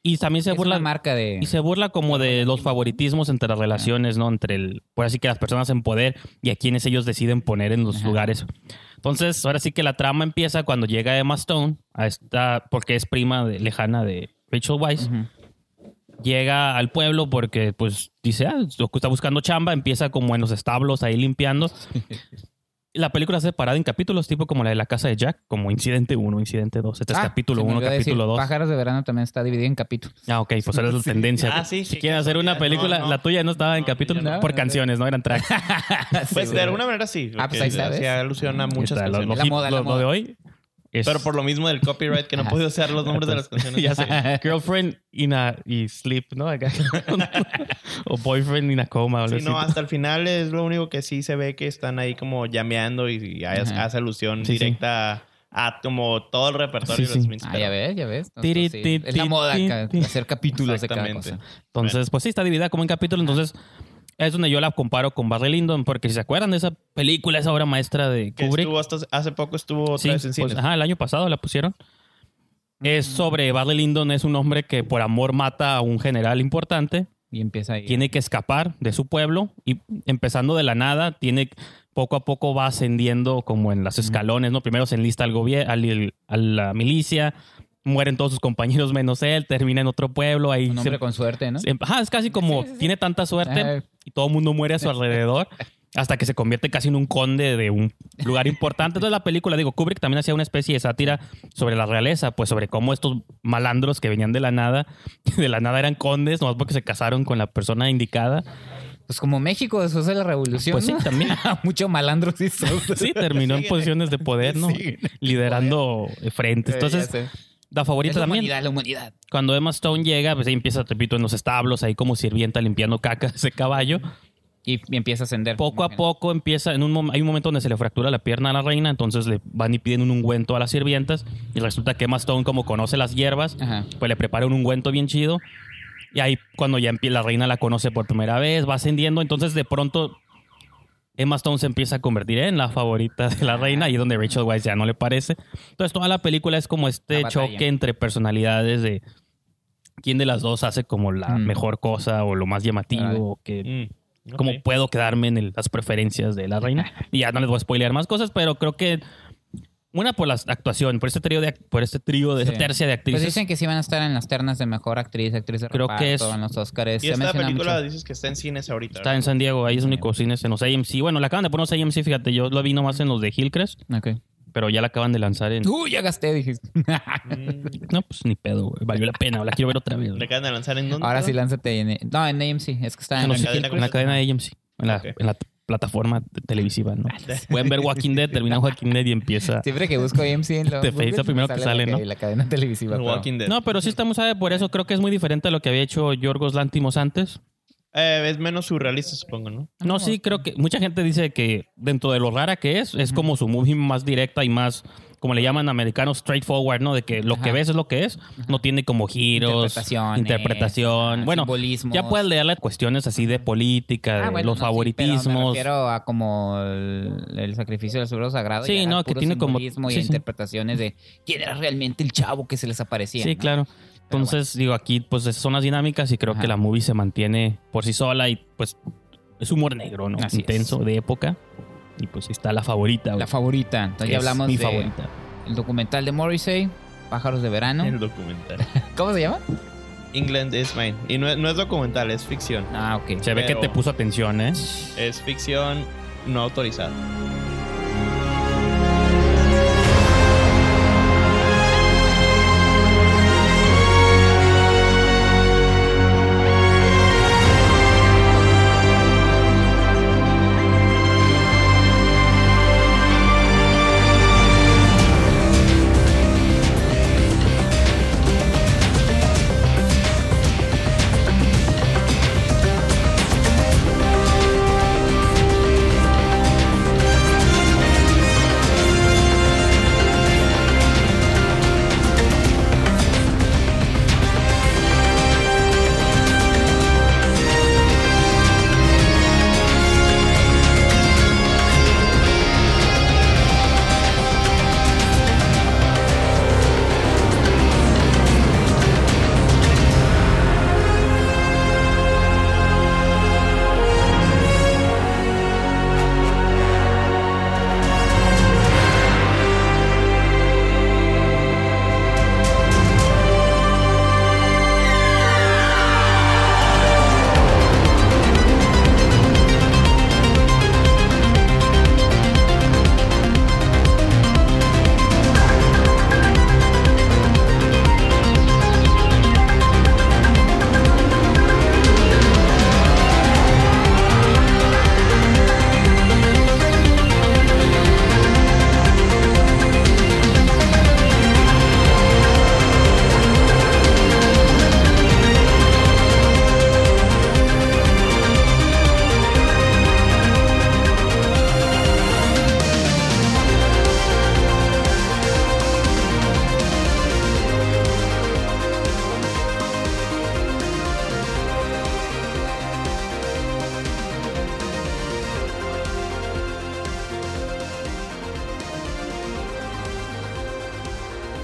Y también se
Es
burla
una marca de.
y se burla como de los favoritismos entre las relaciones, ¿no? Entre el, por así que las personas en poder y a quienes ellos deciden poner en los
Ajá.
lugares. Entonces, ahora sí que la trama empieza cuando llega Emma Stone, a esta, porque es prima de- lejana de Rachel Weisz
Ujú.
llega al pueblo porque pues dice, ah, está buscando chamba, empieza como en los establos ahí limpiando. La película se parada en capítulos, tipo como la de la casa de Jack, como incidente 1, incidente 2. Este es
Ah,
capítulo
se me
1,
olvidó decir,
capítulo 2.
Pájaros de verano también está dividido en capítulos.
Ah, ok, pues ahora es la tendencia.
Ah, sí,
Si
sí,
quieren
que
hacer una
no,
película,
no.
la tuya no estaba en
No,
capítulos
no,
por
no.
canciones, no eran tracks.
Pues de
güey.
alguna manera sí.
Ah, pues ahí
porque
está, ¿ves?
Hacía alusión a muchas
Está, lo-
canciones.
lo
La
hit-
moda, la
lo- lo
moda.
de hoy Es-
Pero por lo mismo del copyright que no he
Ajá.
podido usar los nombres de las canciones.
ya sé, girlfriend in a, y sleep, ¿no? Acá. o boyfriend in a coma. o algo
Sí, no,
así.
hasta el final es lo único que sí se ve que están ahí como llameando y, y ha- hace,
Ajá.
alusión
Sí, sí.
directa a, a como todo el repertorio
Sí,
de los
sí.
Smiths.
Ah,
pero-
ya ves, ya ves.
Tiri,
Entonces, sí,
ti,
Es la
ti,
moda
ti,
ca-
ti.
hacer capítulos de cada
Exactamente.
cosa.
Entonces, pues sí, está dividida como en capítulos. Entonces, es donde yo la comparo con Barry Lyndon, porque si se acuerdan de esa película, esa obra maestra de
Que
Kubrick.
estuvo hasta hace poco estuvo otra
Sí,
vez en
pues,
cines. Mm.
ajá, el año pasado la pusieron. Es sobre Barry Lyndon, es un hombre que por amor mata a un general importante,
Y empieza ahí.
tiene que escapar de su pueblo y empezando de la nada, tiene poco a poco va ascendiendo como en los escalones, ¿no? Primero se enlista al gobierno, a la milicia, mueren todos sus compañeros menos él, termina en otro pueblo, ahí
Un
se-
hombre con suerte, ¿no? Eh.
se- ajá, es casi como
Sí, sí, sí.
tiene tanta suerte
Ajá.
y todo el mundo muere a su alrededor hasta que se convierte casi en un conde de un lugar importante. Entonces la película, digo, Kubrick también hacía una especie de sátira sobre la realeza, pues sobre cómo estos malandros que venían de la nada, de la nada eran condes, nomás porque se casaron con la persona indicada.
Pues como México después de la revolución.
Pues sí,
¿no?
también.
Mucho malandro sí son.
Sí, terminó en
Síguele.
posiciones de poder, ¿no?
Síguele.
Liderando frentes. Entonces,
Eh, ya sé.
la
Es
favorita
la
también.
humanidad, la humanidad.
Cuando Emma Stone llega, pues ahí empieza, te repito, en los establos, ahí como sirvienta limpiando caca de ese caballo.
Y, y empieza a ascender.
poco a
Imagínate.
poco empieza, en un mom- hay un momento donde se le fractura la pierna a la reina, entonces le van y piden un ungüento a las sirvientas y resulta que Emma Stone como conoce las hierbas,
Ajá.
pues le prepara un ungüento bien chido y ahí cuando ya empie- la reina la conoce por primera vez, va ascendiendo, entonces de pronto Emma Stone se empieza a convertir en la favorita de la reina y es donde Rachel Weisz ya no le parece. Entonces toda la película es como este
La batalla.
choque entre personalidades de quién de las dos hace como la
Mm.
mejor cosa o lo más
Caray.
llamativo, que
Mm, ok.
cómo puedo quedarme en el- las preferencias de la reina. Y ya no les voy a spoilear más cosas, pero creo que una por la actuación, por este trío de ac- por este trío de
Sí.
esta tercia de actrices.
Pues dicen que sí van a estar en las ternas de mejor actriz, actriz de
Creo
reparto,
que es-
en los Oscars.
Y
Se
esta
menciona
película
mucho.
dices que está en cines ahorita.
Está
¿verdad?
en San Diego, ahí es el único cine en los AMC. Bueno, la acaban de poner en los AMC, fíjate, yo lo vi nomás en los de Hillcrest,
Ok.
pero ya la acaban de lanzar en.
Uy, ya gasté, dijiste.
Mm,
No, pues ni pedo, güey, Valió la pena, la quiero ver otra vez.
¿Le
güey.
acaban de lanzar en dónde?
Ahora sí,
perdón?
lánzate en... No, en AMC. Es que está
En
Ah, en...
los Hillcrest,
cadena
en la
Hillcrest?
cadena de AMC, en la,
Ok.
en la plataforma te- televisiva, ¿no? Pueden ver Walking Dead, termina Walking Dead y empieza.
Siempre que busco AMC en los
Te pedís lo primero que sale, ¿no?
La cadena televisiva.
The
pero-
Walking Dead.
No, pero sí estamos ¿sabe? por eso creo que es muy diferente a lo que había hecho Yorgos Lántimos antes.
Eh, es menos surrealista, supongo, ¿no?
No, sí, creo que mucha gente dice que dentro de lo rara que es, es como su movie más directa y más, como le llaman americanos, straightforward, ¿no? De que lo que
Ajá.
ves es lo que es, no tiene como giros,
Interpretaciones,
interpretación.
ajá,
Bueno,
simbolismos.
ya puedes leer las cuestiones así de política, de
Ah, bueno,
los
no, sí, pero me
favoritismos.
refiero a como el, el sacrificio del suelo sagrado.
Sí,
y era
no, que
puro
tiene como-
simbolismo Y
sí, sí.
interpretaciones de quién era realmente el chavo que se les aparecía.
sí,
¿no?
claro. Entonces, digo, aquí pues esas son las dinámicas y creo
Ajá.
que la movie se mantiene por sí sola y pues es humor negro, ¿no?
Así es.
Intenso, de época. Y pues está la favorita.
La
güey,
favorita. Entonces
que
ya
es
hablamos
mi
de
favorita.
el documental de Morrissey, Pájaros de Verano.
El documental.
¿Cómo se llama?
England is mine. Y no, es- no es documental, es ficción.
Ah, ok.
Se ve que
Pero-
te puso atención, ¿eh?
Es ficción no autorizada.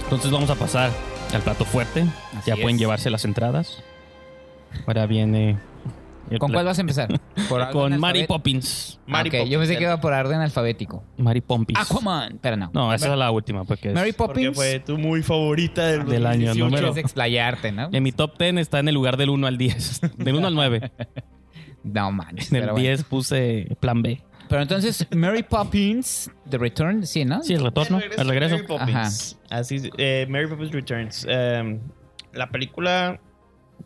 Entonces vamos a pasar al plato fuerte.
Así
ya pueden
es.
llevarse las entradas. Ahora viene. el
¿Con cuál
pla-
vas a empezar? ¿Por orden
Con Mary
alfabético?
Poppins.
Ah, ok,
Mary
yo pensé que
Poppins.
iba por orden alfabético.
Mary Poppins.
Ah, Aquaman. Pero no.
No, esa es la última. Porque es-
Mary
Porque
Poppins.
fue tu muy favorita del,
Del año,
2018.
número-
Quieres explayarte, ¿no?
En mi top 10 está en el lugar del 1 al 10. Del 1 al 9.
No manches.
En el
Pero, bueno.
10 puse plan B.
Pero entonces, Mary Poppins, The Return, sí, ¿no?
Sí, el retorno. El regreso.
Mary Poppins. Así, es, eh, Mary Poppins Returns. Em, la película.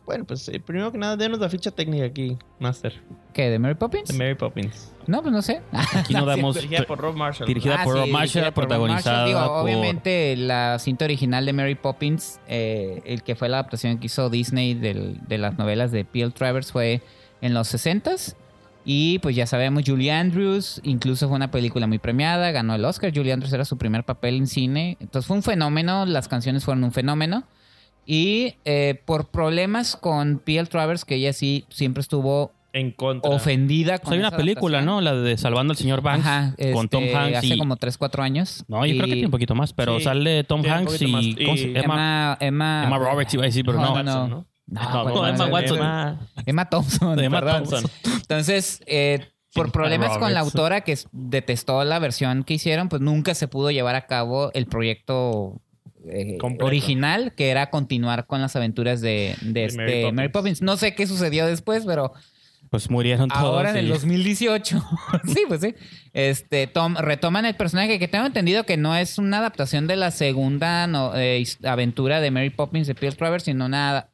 Bueno, pues eh, primero que nada, denos la ficha técnica aquí, Master.
¿Qué? ¿De Mary Poppins?
De Mary Poppins.
No, pues no sé. Ah,
Aquí no damos.
Dirigida por Rob Marshall.
Dirigida por Rob Marshall,
dirigida por Rob
protagonizada
Marshall. Digo,
por-
Obviamente, la cinta original de Mary Poppins, eh, el que fue la adaptación que hizo Disney del- de las novelas de P.L. Travers, fue en los 60s. Y pues ya sabemos, Julie Andrews, incluso fue una película muy premiada, ganó el Oscar. Julie Andrews era su primer papel en cine. Entonces fue un fenómeno, las canciones fueron un fenómeno. Y eh, por problemas con P.L. Travers, que ella sí siempre estuvo
En contra.
ofendida con
Pues hay una
esa
película,
adaptación.
¿no? La de Salvando al Señor Banks.
Ajá,
con Tom
este,
Hanks.
Hace
y-
como 3, 4 años.
No, yo creo que
Y
tiene un poquito más, pero
Sí,
sale Tom
tiene un
Hanks
poquito más.
y, ¿cómo se-
Y-
Emma,
Emma, Emma,
Emma Roberts iba a decir, pero no.
no, Ah,
Watson,
no. No,
No,
bueno,
no, Emma
madre,
Watson.
Emma, Emma Thompson.
Emma
perdón.
Thompson.
Entonces, eh, por problemas con la
Roberts.
autora que s- detestó la versión que hicieron, pues nunca se pudo llevar a cabo el proyecto eh,
Completo.
original, que era continuar con las aventuras de, de
De
este,
Mary
Mary,
Poppins.
Poppins. No sé qué sucedió después, pero
Pues murieron todos.
ahora en el
y-
2018, sí, pues sí, este, tom- retoman el personaje que tengo entendido que no es una adaptación de la segunda no- eh, his- aventura de Mary Poppins de Pierce Travers, sino una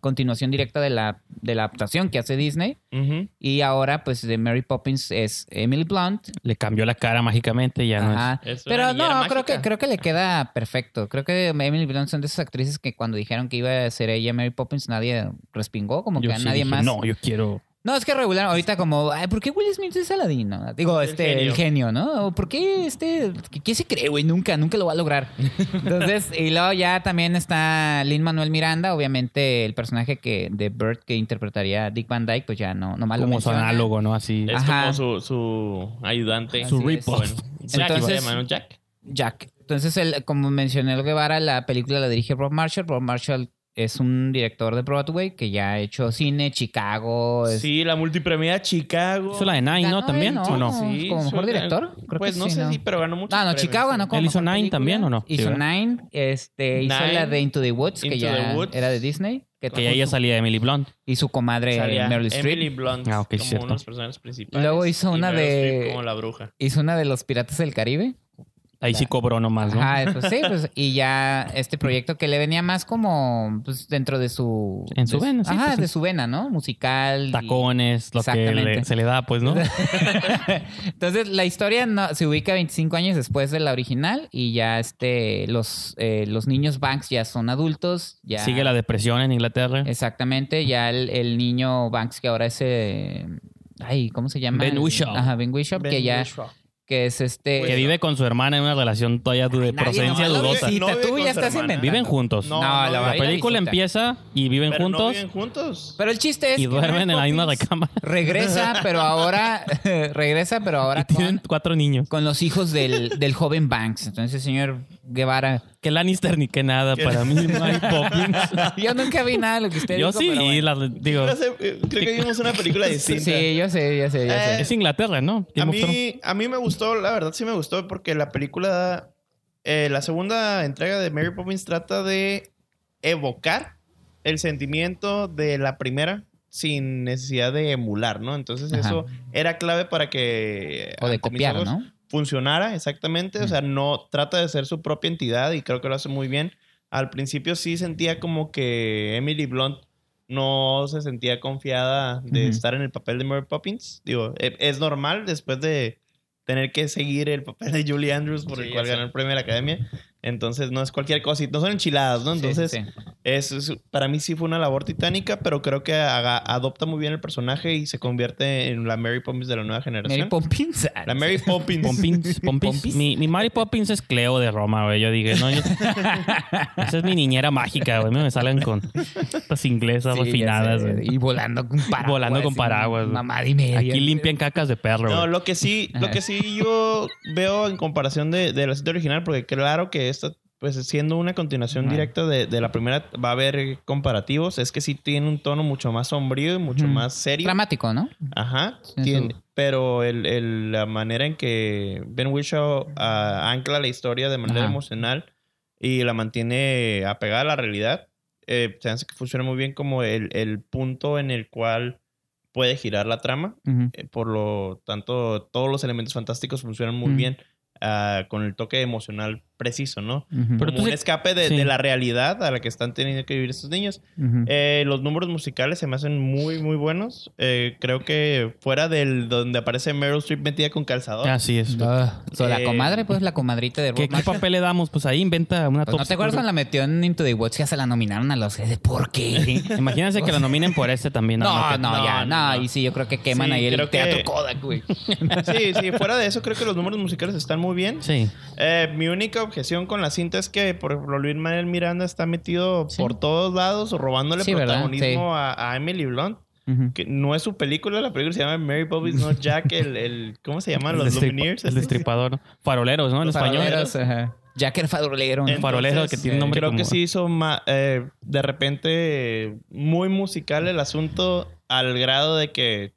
continuación directa de la, de la adaptación que hace Disney.
Ujú.
Y ahora, pues, de Mary Poppins es Emily Blunt.
Le cambió la cara mágicamente y ya no es-
Ajá.
Es una
Pero
niñera
no, creo que,
mágica.
creo que le queda perfecto. Creo que Emily Blunt son de esas actrices que cuando dijeron que iba a ser ella Mary Poppins, nadie respingó, como
Yo
que a
sí
nadie
dije,
más.
No, yo quiero.
No, es que regular, ahorita como, ay, ¿por qué Will Smith es Aladino? Digo,
El
este, el genio,
genio.
¿no? ¿O ¿Por qué este, qué, qué se cree, güey? Nunca, nunca lo va a lograr. Entonces, y luego ya también está Lin Manuel Miranda, obviamente el personaje que de Bert que interpretaría Dick Van Dyke, pues ya no, nomás lo
como su
menciona.
análogo, ¿no? Así.
Es
Ajá.
como su, su ayudante.
Su
Así es.
ripoff.
Bueno, Jack,
Entonces-
se llama, ¿no? Jack.
Jack. Entonces, el, como mencioné el Guevara, la película la dirige Rob Marshall. Rob Marshall es un director de Broadway que ya ha hecho cine, Chicago. es-
Sí, la multipremiada Chicago.
Hizo la de Nine,
Ganó
¿no?
él,
También,
¿no?
¿o no?
Sí. como mejor
su-
director, creo
pues
que
no
sí,
sé
¿no?
si, pero ganó mucho.
Ah, no, Chicago, ¿no? Como
¿Él hizo
mejor película.
Nine también o no?
Hizo
Sí, ¿verdad?
Nine, este, hizo
Nine,
la de Into the Woods, que
Into
ya
the Woods.
era de Disney. Que
Que ya ella salía de Emily Blunt.
Y su comadre eh, Meryl
Emily
Streep.
Blunt
Ah, ok,
como
cierto.
uno de los personajes principales.
Luego hizo
y
una
Meryl
de-
Streep como la bruja.
Hizo una de los Piratas del Caribe.
Ahí sí cobró nomás, ¿no?
Ajá, pues sí, pues, y ya este proyecto que le venía más como pues, dentro de su...
En su
de
vena, sí,
Ajá,
pues,
de
en-
su vena, ¿no? Musical. y-
Tacones, lo que
Exactamente.
le- se le da, pues, ¿no?
Entonces, la historia no- se ubica 25 años después de la original y ya este los, eh, los niños Banks ya son adultos. Ya,
Sigue la depresión en Inglaterra.
Exactamente, ya el, el niño Banks que ahora es... eh, ay, ¿cómo se llama?
Ben
El-
Whishaw.
Ajá, Ben Whishaw, que ya...
Whishaw.
Que es este...
Que vive con su hermana en una relación todavía de
Nadie
procedencia
nomás lo
dudosa.
visita,
No vive
tú
con
ya
su
estás
hermana.
inventando.
Viven juntos.
No,
No,
la
no,
va-
La
ahí la
película
visita.
empieza y viven
Pero no
juntos
viven juntos.
Pero el chiste es
y
que
duermen en la
Mary
misma
Poppins
recámara.
Regresa, pero ahora regresa, pero ahora
Y tienen
con,
cuatro niños.
con los hijos del, del joven Banks. Entonces, señor Guevara,
Que Lannister ni que nada, para mí no hay Poppins.
yo nunca vi nada de lo que usted
Yo
dijo,
sí
pero
vi,
bueno.
la- digo,
No sé, eh, creo que vimos una película distinta.
Sí, yo sé, yo sé, yo sé.
Eh,
es Inglaterra, ¿no?
A
Game of Thrones.
mí, a mí me gustó, la verdad sí me gustó, porque la película, eh, la segunda entrega de Mary Poppins trata de evocar el sentimiento de la primera sin necesidad de emular, ¿no? Entonces
Ajá.
eso era clave para que...
Ah,
o de
ante mis
copiar,
ojos,
¿no?
funcionara exactamente.
Mm.
O sea, no trata de ser su propia entidad y creo que lo hace muy bien. Al principio sí sentía como que Emily Blunt no se sentía confiada de
Ujú.
estar en el papel de Mary Poppins. Digo, e- es normal después de tener que seguir el papel de Julie Andrews por el
Sí,
cual
ya sé.
ganó el premio de la academia. Entonces no es cualquier cosa. y No son enchiladas, ¿no?
Sí,
Entonces
sí,
es, es- para mí sí fue una labor titánica, pero creo que haga- adopta muy bien el personaje y se convierte en la Mary Poppins de la nueva generación.
Mary Poppins.
la Mary Poppins.
Pompins, Pompins.
Pompis.
Mi, mi Mary Poppins es Cleo de Roma, güey. Yo dije, no, yo- esa es mi niñera mágica, güey. A mí Me salen con estas inglesas
Sí, ya
refinadas,
sé,
güey.
Y volando con paraguas.
Volando con
y
paraguas, güey.
Mamá de media.
Aquí limpian cacas de perro,
No,
güey.
lo que sí,
Ajá.
lo que sí yo veo en comparación de, de la cinta original, porque claro que esta pues siendo una continuación
Ajá.
directa de, de la primera, va a haber comparativos. Es que sí tiene un tono mucho más sombrío y mucho
Ujú.
más serio.
Dramático, ¿no?
Ajá.
Sí,
Tiene-
eso.
pero el, el- la manera en que Ben Whishaw ah, ancla la historia de manera
Ajá.
emocional y la mantiene apegada a la realidad, eh, se hace que funciona muy bien como el, el punto en el cual puede girar la trama.
Ujú.
Eh, Por lo tanto, todos los elementos fantásticos funcionan muy
Mm.
bien ah, con el toque emocional preciso, ¿no?
Ujú.
Pero
Como
tú
un
sí-
escape de,
sí.
de la realidad a la que están teniendo que vivir estos niños.
Ujú.
Eh, los números musicales se me hacen muy, muy buenos. Eh, creo que fuera del donde aparece Meryl Streep metida con calzador.
Así es.
Ah, so, la
eh,
comadre, pues la comadrita de Rob
¿Qué, qué
Marshall.
papel le damos? Pues ahí inventa una
Pues, ¿No
top
te acuerdas cuando la metió en Into the Watch? Ya se la nominaron a los de ¿Por qué?
Imagínense que la nominen por este también.
No, no,
que-
ya, no,
no, no.
Y sí, yo creo que queman
Sí,
ahí el
creo que-
teatro Kodak, güey.
Sí, sí, fuera de eso creo que los números musicales están muy bien.
Sí.
Eh, mi única objeción con la cinta es que, por ejemplo, Luis Manuel Miranda está metido
Sí.
por todos lados robándole
Sí, ¿verdad?
protagonismo a, a Emily Blunt.
Ujú.
Que no es su película, la película se llama Mary Bobby's Not Jack, el, el- ¿cómo se llaman?
El
Los
destripa-
Lumineers. este.
El destripador. Faroleros, ¿no? En español.
Faroleros, ajá. Jack el farolero. ¿no?
Entonces,
farolero que tiene
eh,
nombre
Creo
como-
que sí hizo ma- eh, de repente eh, muy musical el asunto al grado de que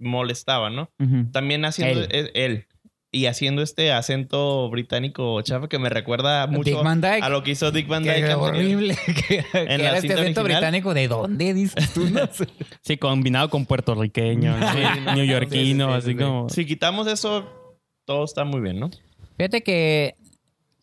molestaba, ¿no?
Ujú.
También haciendo
Él.
eh, él, y haciendo este acento británico chafa que me recuerda mucho
Dick Van Dyke.
a lo que hizo Dick Van
Qué
Dyke.
horrible. que que
la
era este
cinta
acento
original.
británico. ¿De dónde dices tú? No sé.
Sí, combinado con puertorriqueño, ¿no?
Sí, no,
neoyorquino,
sí, sí,
así
sí.
como.
Si quitamos eso, todo está muy bien, ¿no?
Fíjate que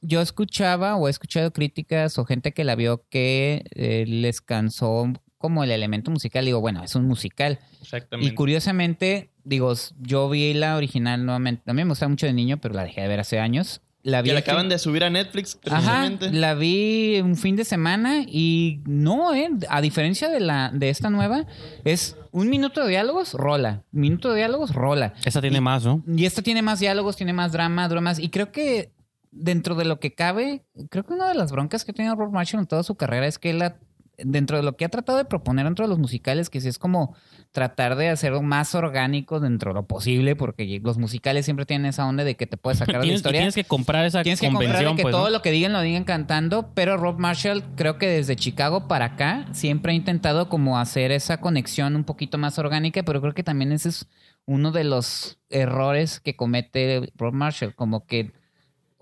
yo escuchaba o he escuchado críticas o gente que la vio que eh, les cansó como el elemento musical. Digo, bueno, es un musical.
Exactamente.
Y curiosamente, digo, s- yo vi la original nuevamente. A mí me gustaba mucho de niño, pero la dejé de ver hace años. La vi
que le
aquí-
acaban de subir a Netflix,
Ajá,
precisamente.
la vi un fin de semana y no, eh, a diferencia de la de esta nueva, es un minuto de diálogos, rola, minuto de diálogos, rola.
Esa tiene más, ¿no?
Y esta tiene más diálogos, tiene más drama, dramas. Y creo que dentro de lo que cabe, creo que una de las broncas que ha tenido Rob Marshall en toda su carrera es que él, ha- dentro de lo que ha tratado de proponer dentro de los musicales, que sí es como tratar de hacerlo más orgánico dentro de lo posible, porque los musicales siempre tienen esa onda de que te puedes sacar de la
Tienes, y
historia.
tienes que comprar esa
Tienes que
convención,
comprar que
pues.
todo
¿no?
lo que digan lo digan cantando, pero Rob Marshall creo que desde Chicago para acá siempre ha intentado como hacer esa conexión un poquito más orgánica, pero creo que también ese es uno de los errores que comete Rob Marshall, como que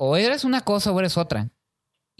o eres una cosa o eres otra.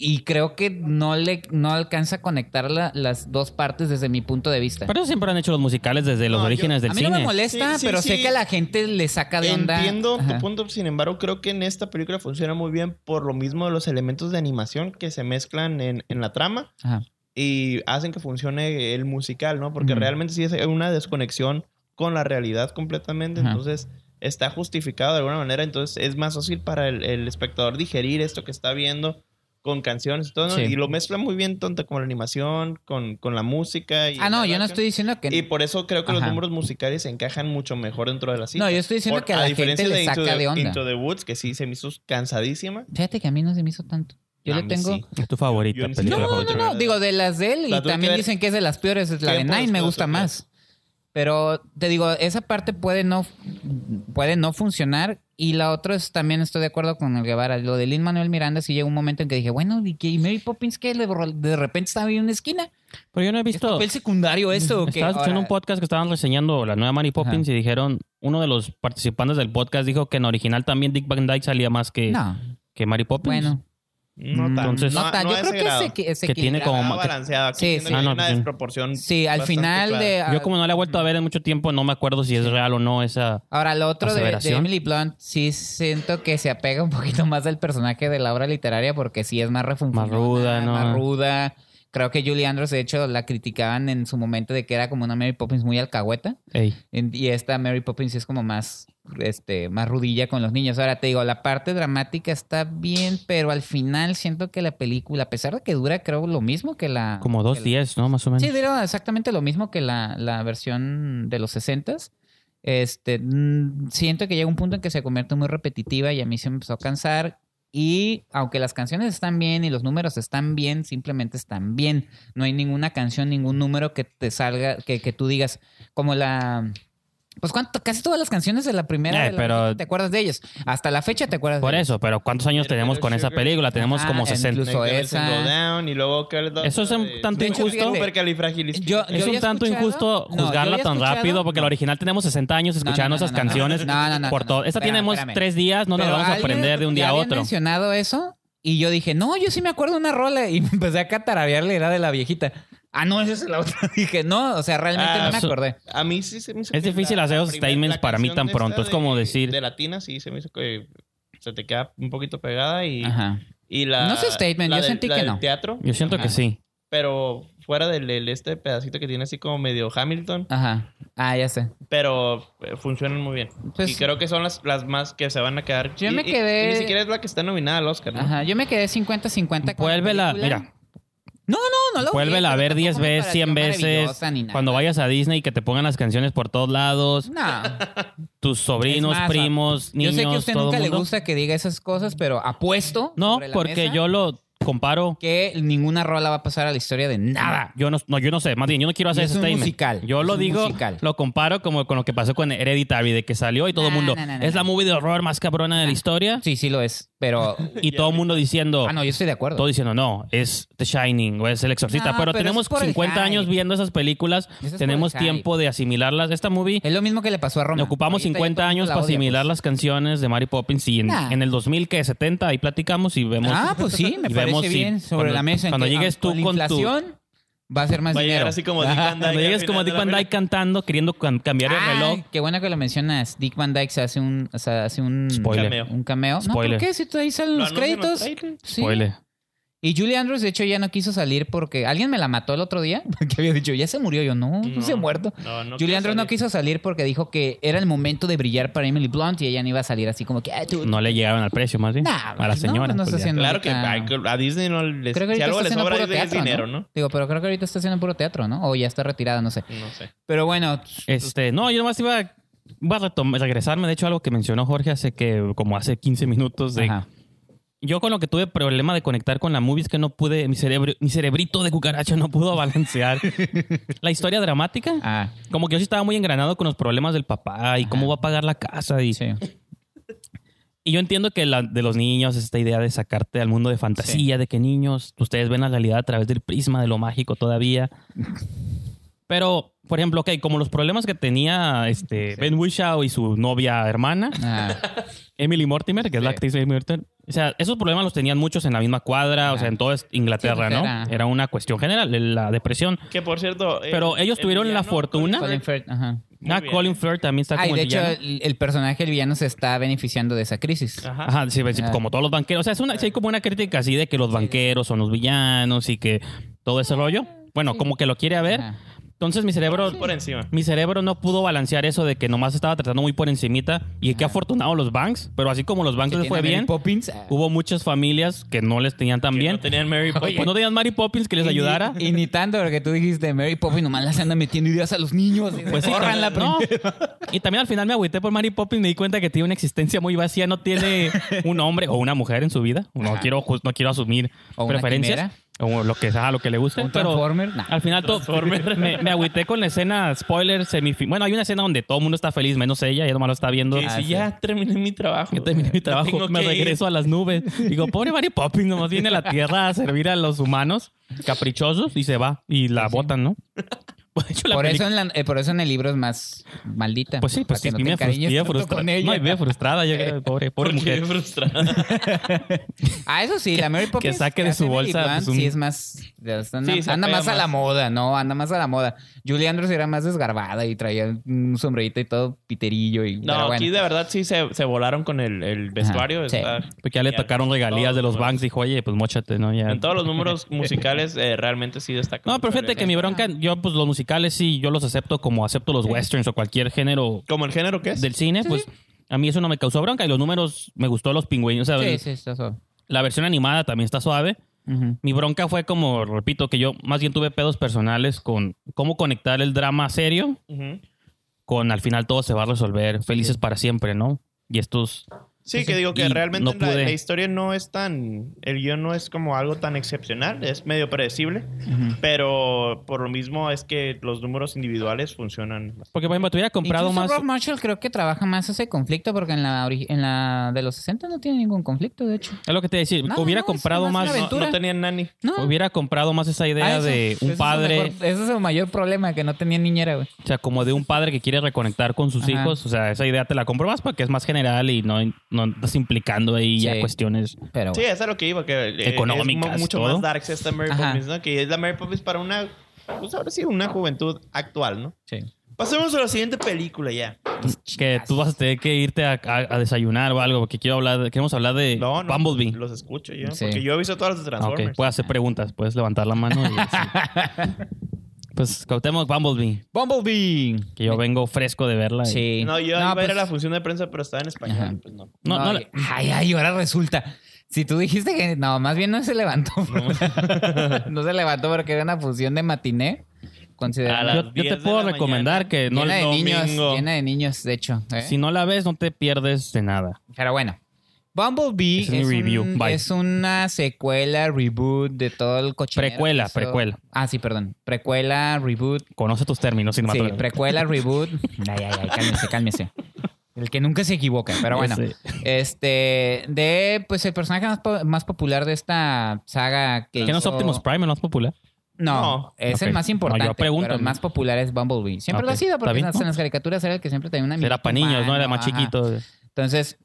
Y creo que no le no alcanza a conectar la- las dos partes desde mi punto de vista.
Pero eso siempre han hecho los musicales desde los
No, yo-
orígenes del
a mí
cine.
no me molesta,
Sí, sí,
pero sé
sí.
que a la gente le saca de onda.
Entiendo
Ajá.
tu punto, sin embargo, creo que en esta película funciona muy bien por lo mismo de los elementos de animación que se mezclan en, en la trama
Ajá.
y hacen que funcione el musical, ¿no? Porque
Ujú.
realmente sí es una desconexión con la realidad completamente,
Ajá.
entonces está justificado de alguna manera, entonces es más fácil para el, el espectador digerir esto que está viendo con canciones y todo, ¿no?
Sí.
y lo mezcla muy bien tanto con la animación, con, con la música. Y
Ah, no,
la
yo no
acción.
estoy diciendo que
Y por eso creo que los
Ajá.
números musicales se encajan mucho mejor dentro de la cinta.
No, yo estoy diciendo
Por-
que a la
diferencia
gente le
Into
saca
the-
de onda.
Into the Woods, que sí se me hizo cansadísima.
Fíjate que a mí no se me hizo tanto. Yo
A
le
mí
tengo.
sí.
Es tu favorita,
Yo ni
película
siquiera-
No,
favorita.
no, no. Digo, de las de él y
La tuve que
también
ver
dicen que es de las peores. es La de
tiempo
Nine me
después,
gusta
ok.
más. Pero te digo, esa parte puede no, puede no funcionar. Y la otra es también estoy de acuerdo con el Guevara. Lo de Lin Manuel Miranda, sí llegó un momento en que dije, bueno, ¿y qué? ¿Y Mary Poppins que de repente estaba ahí en una esquina.
Pero yo no he
¿Es
visto.
papel secundario esto? o qué?
Estaba escuchando
Ahora,
un podcast que estaban reseñando la nueva Mary Poppins y dijeron, uno de los participantes del podcast dijo que en original también Dick Van Dyke salía más que,
No,
que Mary Poppins.
bueno.
No
mm,
tan-
Entonces-
no tan-
no a
yo
ese grado.
creo que se, se
Que tiene como-
Está
ma-
balanceado. Aquí
Sí, sí.
siento que
Ah, no,
hay una
sí.
desproporción.
Sí, al
bastante
final
clara.
de...
Yo como no la he vuelto a ver en mucho tiempo, no me acuerdo si es real o no esa...
Ahora, lo otro de- de,
Aseveración.
Emily Blunt, sí siento que se apega un poquito más al personaje de la obra literaria porque sí es más refunfuñona,
Más ruda, ¿no?
Más ruda. Creo que Julie Andrews, de hecho, la criticaban en su momento de que era como una Mary Poppins muy alcahueta.
Ey.
En- Y esta Mary Poppins es como más, este, más rudilla con los niños. Ahora te digo, la parte dramática está bien, pero al final siento que la película, a pesar de que dura, creo, lo mismo que la...
Como
que
dos
Ah, la-
días, ¿no? Más o menos.
Sí, dieron exactamente lo mismo que la, la versión de los 60 Este, mm, siento que llega un punto en que se convierte muy repetitiva y a mí se me empezó a cansar. Y aunque las canciones están bien y los números están bien, simplemente están bien. No hay ninguna canción, ningún número que te salga, que, que tú digas, como la Pues cuánto, casi todas las canciones de la primera.
Eh,
de la
pero-
original, ¿Te acuerdas de ellas? Hasta la fecha te acuerdas
Por
de
eso, pero ¿cuántos años
Pero
tenemos con esa
Sugar-
película? Tenemos
Ah,
como
incluso
60.
Incluso
Make everything
esa.
go down, y luego que-
Eso es un tanto
De hecho,
injusto.
fíjate,
Supercalifragilistic-
Yo- yo
Es
había
un tanto
escuchado-
injusto
no, yo
juzgarla
había
tan
escuchado-
rápido porque
no.
la original tenemos 60 años escuchando
no, no,
esas
no,
canciones.
no, no, no, no,
por
no,
todo.
no,
Esta
espérame,
tenemos
espérame.
tres días, no nos la
Pero
vamos a
alguien-
aprender de un
ya
día a
habían
otro.
mencionado eso y yo dije, no, yo sí me acuerdo una rola y me empecé a catararearle, era de la viejita. Ah, no, esa es la otra. dije, no, o sea, realmente
Ah,
no me
eso-
acordé.
A mí sí se me hizo
Es
que
difícil hacer esos
primer-
statements para mí
canción
tan
de esta
pronto, es como
de-
decir-
De latina sí se me hizo que se te queda un poquito pegada y,
Ajá.
y la...
No sé statement,
la
yo
del-
sentí
la
que
del
no.
teatro,
Yo siento
Ajá.
que sí.
pero fuera del, del este pedacito que tiene así como medio Hamilton,
Ajá. Ah, ya sé.
pero eh, funcionan muy bien.
Pues-
y creo que son las, las más que se van a quedar.
Yo
Y-
me
y-
quedé-
y ni siquiera es la que está nominada al Oscar, ¿no?
Ajá. Yo me quedé 50-50 con la
Vuélvela,
película.
mira,
No, no, no la odié,
vuélvela a
pero
ver
tampoco
10
me
veces,
pareció
100 veces.
maravillosa ni nada.
Cuando vayas a Disney y que te pongan las canciones por todos lados,
No.
tus sobrinos,
Es más,
primos, niños,
yo sé que a usted
todo
nunca
mundo.
le gusta que diga esas cosas, pero apuesto.
No,
sobre la
porque
mesa
yo lo comparo.
Que ninguna rola va a pasar a la historia de nada.
Yo no, no, yo no sé, más bien, yo no quiero hacer
Es
ese
un
statement.
musical,
Yo
es
lo
un
digo,
musical.
lo comparo como con lo que pasó con Hereditary, de que salió y todo el
No,
mundo.
no, no, no,
es la
no.
movie de horror más cabrona de la historia.
Sí, sí lo es, pero.
Y todo el mundo diciendo,
Ah, no, yo estoy de acuerdo.
todo diciendo, no, es The Shining o es El Exorcista.
No,
pero,
Ah, pero
tenemos
es por el
50
hype.
años viendo esas películas,
Eso es por
tenemos
el hype.
tiempo de asimilarlas. Esta movie,
Es lo mismo que le pasó a Roma.
ocupamos
Ahorita ya
50
todo el mundo
años
la
para
odia, pues.
asimilar las canciones de Mary Poppins y en,
Nah.
en el 2000, que 70, ahí platicamos y
pues.
vemos.
Ah, pues sí, me
y
parece
vemos si
bien sobre
cuando-
la mesa. en
cuando
que,
llegues
ah,
tú
la
con tu-
inflación, va a ser más
Va a llegar
dinero.
así como Dick Van Dyke
Cuando
al
llegues
final
como
de
Dick
la
Van
película.
Dyke cantando, queriendo cam- cambiar el
Ah,
reloj.
Qué bueno que lo mencionas. Dick Van Dyke se hace un. O sea, hace un.
Spoiler.
Cameo.
Un cameo.
Spoiler.
No, ¿por qué? Si tú ahí salen
Lo
los
anuncian en los
créditos.
trailers.
Sí.
Spoiler.
Y Julie Andrews, de hecho, ya no quiso salir porque alguien me la mató el otro día. Que había dicho, ya se murió. Yo, no, no, se ha muerto.
No,
Julie
no quiero
Andrews no
salir.
quiso salir porque dijo que era el momento de brillar para Emily Blunt y ella no iba a salir así como que, ah, tú.
No le llegaron al precio, más bien.
Nah,
a
no,
la señora.
pues no
pues
está
ya.
haciendo-
Claro que
ahorita-
a a Disney no les...
Creo que
si
ahorita
algo
está
les
haciendo
sobra a
puro
Disney es
teatro,
dinero,
¿no?
¿no?
Digo, pero creo que ahorita está haciendo puro teatro, ¿no? O ya está retirada, no sé.
No sé.
Pero bueno,
Este, no, yo nomás iba, iba a retom- regresarme, de hecho, algo que mencionó Jorge hace que, como hace 15 minutos. De,
ajá.
Yo con lo que tuve problema de conectar con la movie es que no pude, mi, cerebro, mi cerebrito de cucaracha no pudo balancear la historia dramática.
Ah,
Como que yo sí estaba muy engranado con los problemas del papá y cómo
Ajá.
va a pagar la casa. Y,
sí.
y yo entiendo que la, de los niños esta idea de sacarte al mundo de fantasía, de que niños, ustedes ven la realidad a través del prisma de lo mágico todavía. Pero, por ejemplo, ok, como los problemas que tenía este Ben Whishaw y su novia hermana,
Ah,
Emily Mortimer, que es la
Sí.
actriz de Emily Mortimer. O sea, esos problemas los tenían muchos en la misma cuadra, o
Ajá.
sea, en toda Inglaterra,
Ah. Sí,
¿no?
era-
Era una cuestión general, la depresión.
Que por cierto... eh,
Pero ellos
el
tuvieron la
villano-
fortuna.
Colin Firth, ajá.
Muy
Ah,
bien.
Colin Firth también está
Ah, y
como
de
el
hecho,
villano.
el, el personaje del villano se está beneficiando de esa crisis.
Ajá.
Ajá, sí, sí,
Ah.
como todos los banqueros. O sea, es una, sí hay como una crítica así de que los banqueros son los villanos y que todo ese rollo. Bueno, como que lo quiere a ver.
Ajá.
Entonces mi cerebro, e,
Por encima.
mi cerebro no pudo balancear eso de que nomás estaba tratando muy por encimita y qué afortunado los banks. Pero así como los banks les
Tiene
fue
a Mary
bien,
Poppins. ah.
hubo muchas familias que no les tenían tan
Que
bien.
no tenían Mary
Pues,
Poppins.
pues no tenían Mary Poppins que les
Y ni-
ayudara.
Y ni tanto, porque tú dijiste, Mary Poppins nomás las anda metiendo ideas a los niños.
Pues sí,
Córranla,
también-
primero.
no. Y también al final me agüité por Mary Poppins. Me di cuenta que tiene una existencia muy vacía. No tiene un hombre o una mujer en su vida. No
Ajá.
quiero ju- no quiero asumir
O una
preferencias. O lo que, ajá, lo que le guste.
Un
Pero
Transformer. nah.
al final todo, me, me agüité con la escena, spoiler, semifi- Bueno, hay una escena donde todo el mundo está feliz, menos ella. Ella nomás lo está viendo.
Que
Ah,
si
sí.
ya terminé mi trabajo.
Yo terminé mi
Pues, eh, ya tengo
trabajo, me
que ir.
regreso a las nubes. Digo, pobre Mary Poppins, nomás viene a la Tierra a servir a los humanos caprichosos y se va. Y la
Pues
botan, ¿no? Pues, De hecho, la
Por
película-
eso, en la- eh, por eso en el libro es más maldita.
Pues sí,
para
pues
que
sí,
no
y
te
me
encariñes
frustré,
tanto
frustrada.
con
No,
ella.
y me frustrada, yo creo, pobre, pobre
Porque
mujer.
quedé frustrada.
Ah, eso sí, la Mary Poppins.
saque de
hace
su
Emily
bolsa,
Blunt,
pues, un-
Sí, es más. Anda,
Sí, se
anda
apega
más a la
más.
moda, ¿no? Anda más a la moda. Julie Andrews era más desgarbada y traía un sombrerito y todo piterillo. Y,
No,
pero bueno.
pues.
aquí de verdad sí se, se volaron con el, el vestuario.
sí.
está-
Porque ya le tocaron regalías de los
Todos,
banks. Dijo, oye, pues mochate, ¿no? Ya.
En todos los números musicales eh, realmente sí destaca.
No,
mucho
pero fíjate
el-
que mi bronca, yo pues los musicales sí, yo los acepto como acepto los westerns o cualquier género
Como el género que es.
del cine, pues a mí eso no me causó bronca. Y los números, me gustó los pingüinos. O sea,
Sí, sí, está suave.
la versión animada también está suave.
Ujú.
Mi bronca fue como, repito, que yo más bien tuve pedos personales con cómo conectar el drama serio
Ujú.
con al final todo se va a resolver, felices para siempre, ¿no? Y estos
Sí,
Sí,
que
sí.
digo que
Y
realmente
no
la- la,
pude.
historia no es tan. El guión no es como algo tan excepcional, es medio predecible.
Ujú.
Pero por lo mismo es que los números individuales funcionan.
Porque, por ejemplo, te hubiera comprado
Incluso
más.
Rob Marshall creo que trabaja más ese conflicto porque en la, ori- en la de los 60 no tiene ningún conflicto, de hecho.
Es lo que te decía.
No,
hubiera
no, es
comprado
más
más.
una
no,
aventura.
No tenían nani.
Ah,
No.
hubiera comprado más esa idea
Ah, eso.
de
Ese
un
es el
padre.
mejor- ese es el mayor problema, que no tenía niñera, güey.
O sea, como de un padre que quiere reconectar con sus
Ajá.
hijos. O sea, esa idea te la compro más porque es más general y no, no estás implicando ahí ya
Sí.
cuestiones.
Pero
Sí, eso es lo que iba, que eh,
Económicas,
es mu- mucho
todo.
más dark esta Mary
Ajá.
Poppins, ¿no? Que es la Mary Poppins para una, pues ahora sí, una juventud actual, ¿no?
sí.
Pasemos a la siguiente película ya.
Pues,
Que tú vas a tener que irte a, a- a desayunar o algo, porque quiero hablar, de- queremos hablar de
No, no,
Bumblebee.
Los escucho yo,
Sí.
porque yo he visto todas las de
Ah, ok,
Transformers.
puedes hacer preguntas, puedes levantar la mano. y así. pues cautemos Bumblebee,
Bumblebee.
que yo vengo fresco de verla. y-
Sí.
No, yo iba a ir a
pues-
la función de prensa, pero estaba en
Ajá.
español, pues no.
No,
No,
no la-
y- Ay, ay, ahora resulta. Si tú dijiste que... No, más bien no se levantó. No, se levantó porque era una fusión de matiné.
A
Considerando...
las
yo, yo
10
te
de
puedo
la
recomendar
mañana.
que no
llena de
no-
niños,
domingo.
llena de niños, de hecho. ¿eh?
si no la ves, no te pierdes de nada.
Pero bueno, Bumblebee
Ese
es,
es mi review.
un-
Bye.
es una secuela, reboot de todo el cochinero.
Precuela,
que hizo-
precuela.
Ah, sí, perdón. Precuela, reboot.
Conoce tus términos
Sí,
cinematográficos.
precuela, reboot. Ay, ay, ay, cálmese, cálmese. El que nunca se equivoca, pero bueno.
Ese.
Este, de, pues, el personaje más, po- más popular de esta saga que
que no es
hizo-
Optimus Prime, el más popular.
No,
No.
es
Ok.
el más
No, yo
importante,
pregunto,
pero el
¿no?
más popular es Bumblebee. Siempre lo
Ok,
ha sido,
está
porque
bien,
en las-
¿no?
en las caricaturas era el que siempre tenía una...
Era para niños, ¿no? Era más
Ajá.
chiquito.
Entonces,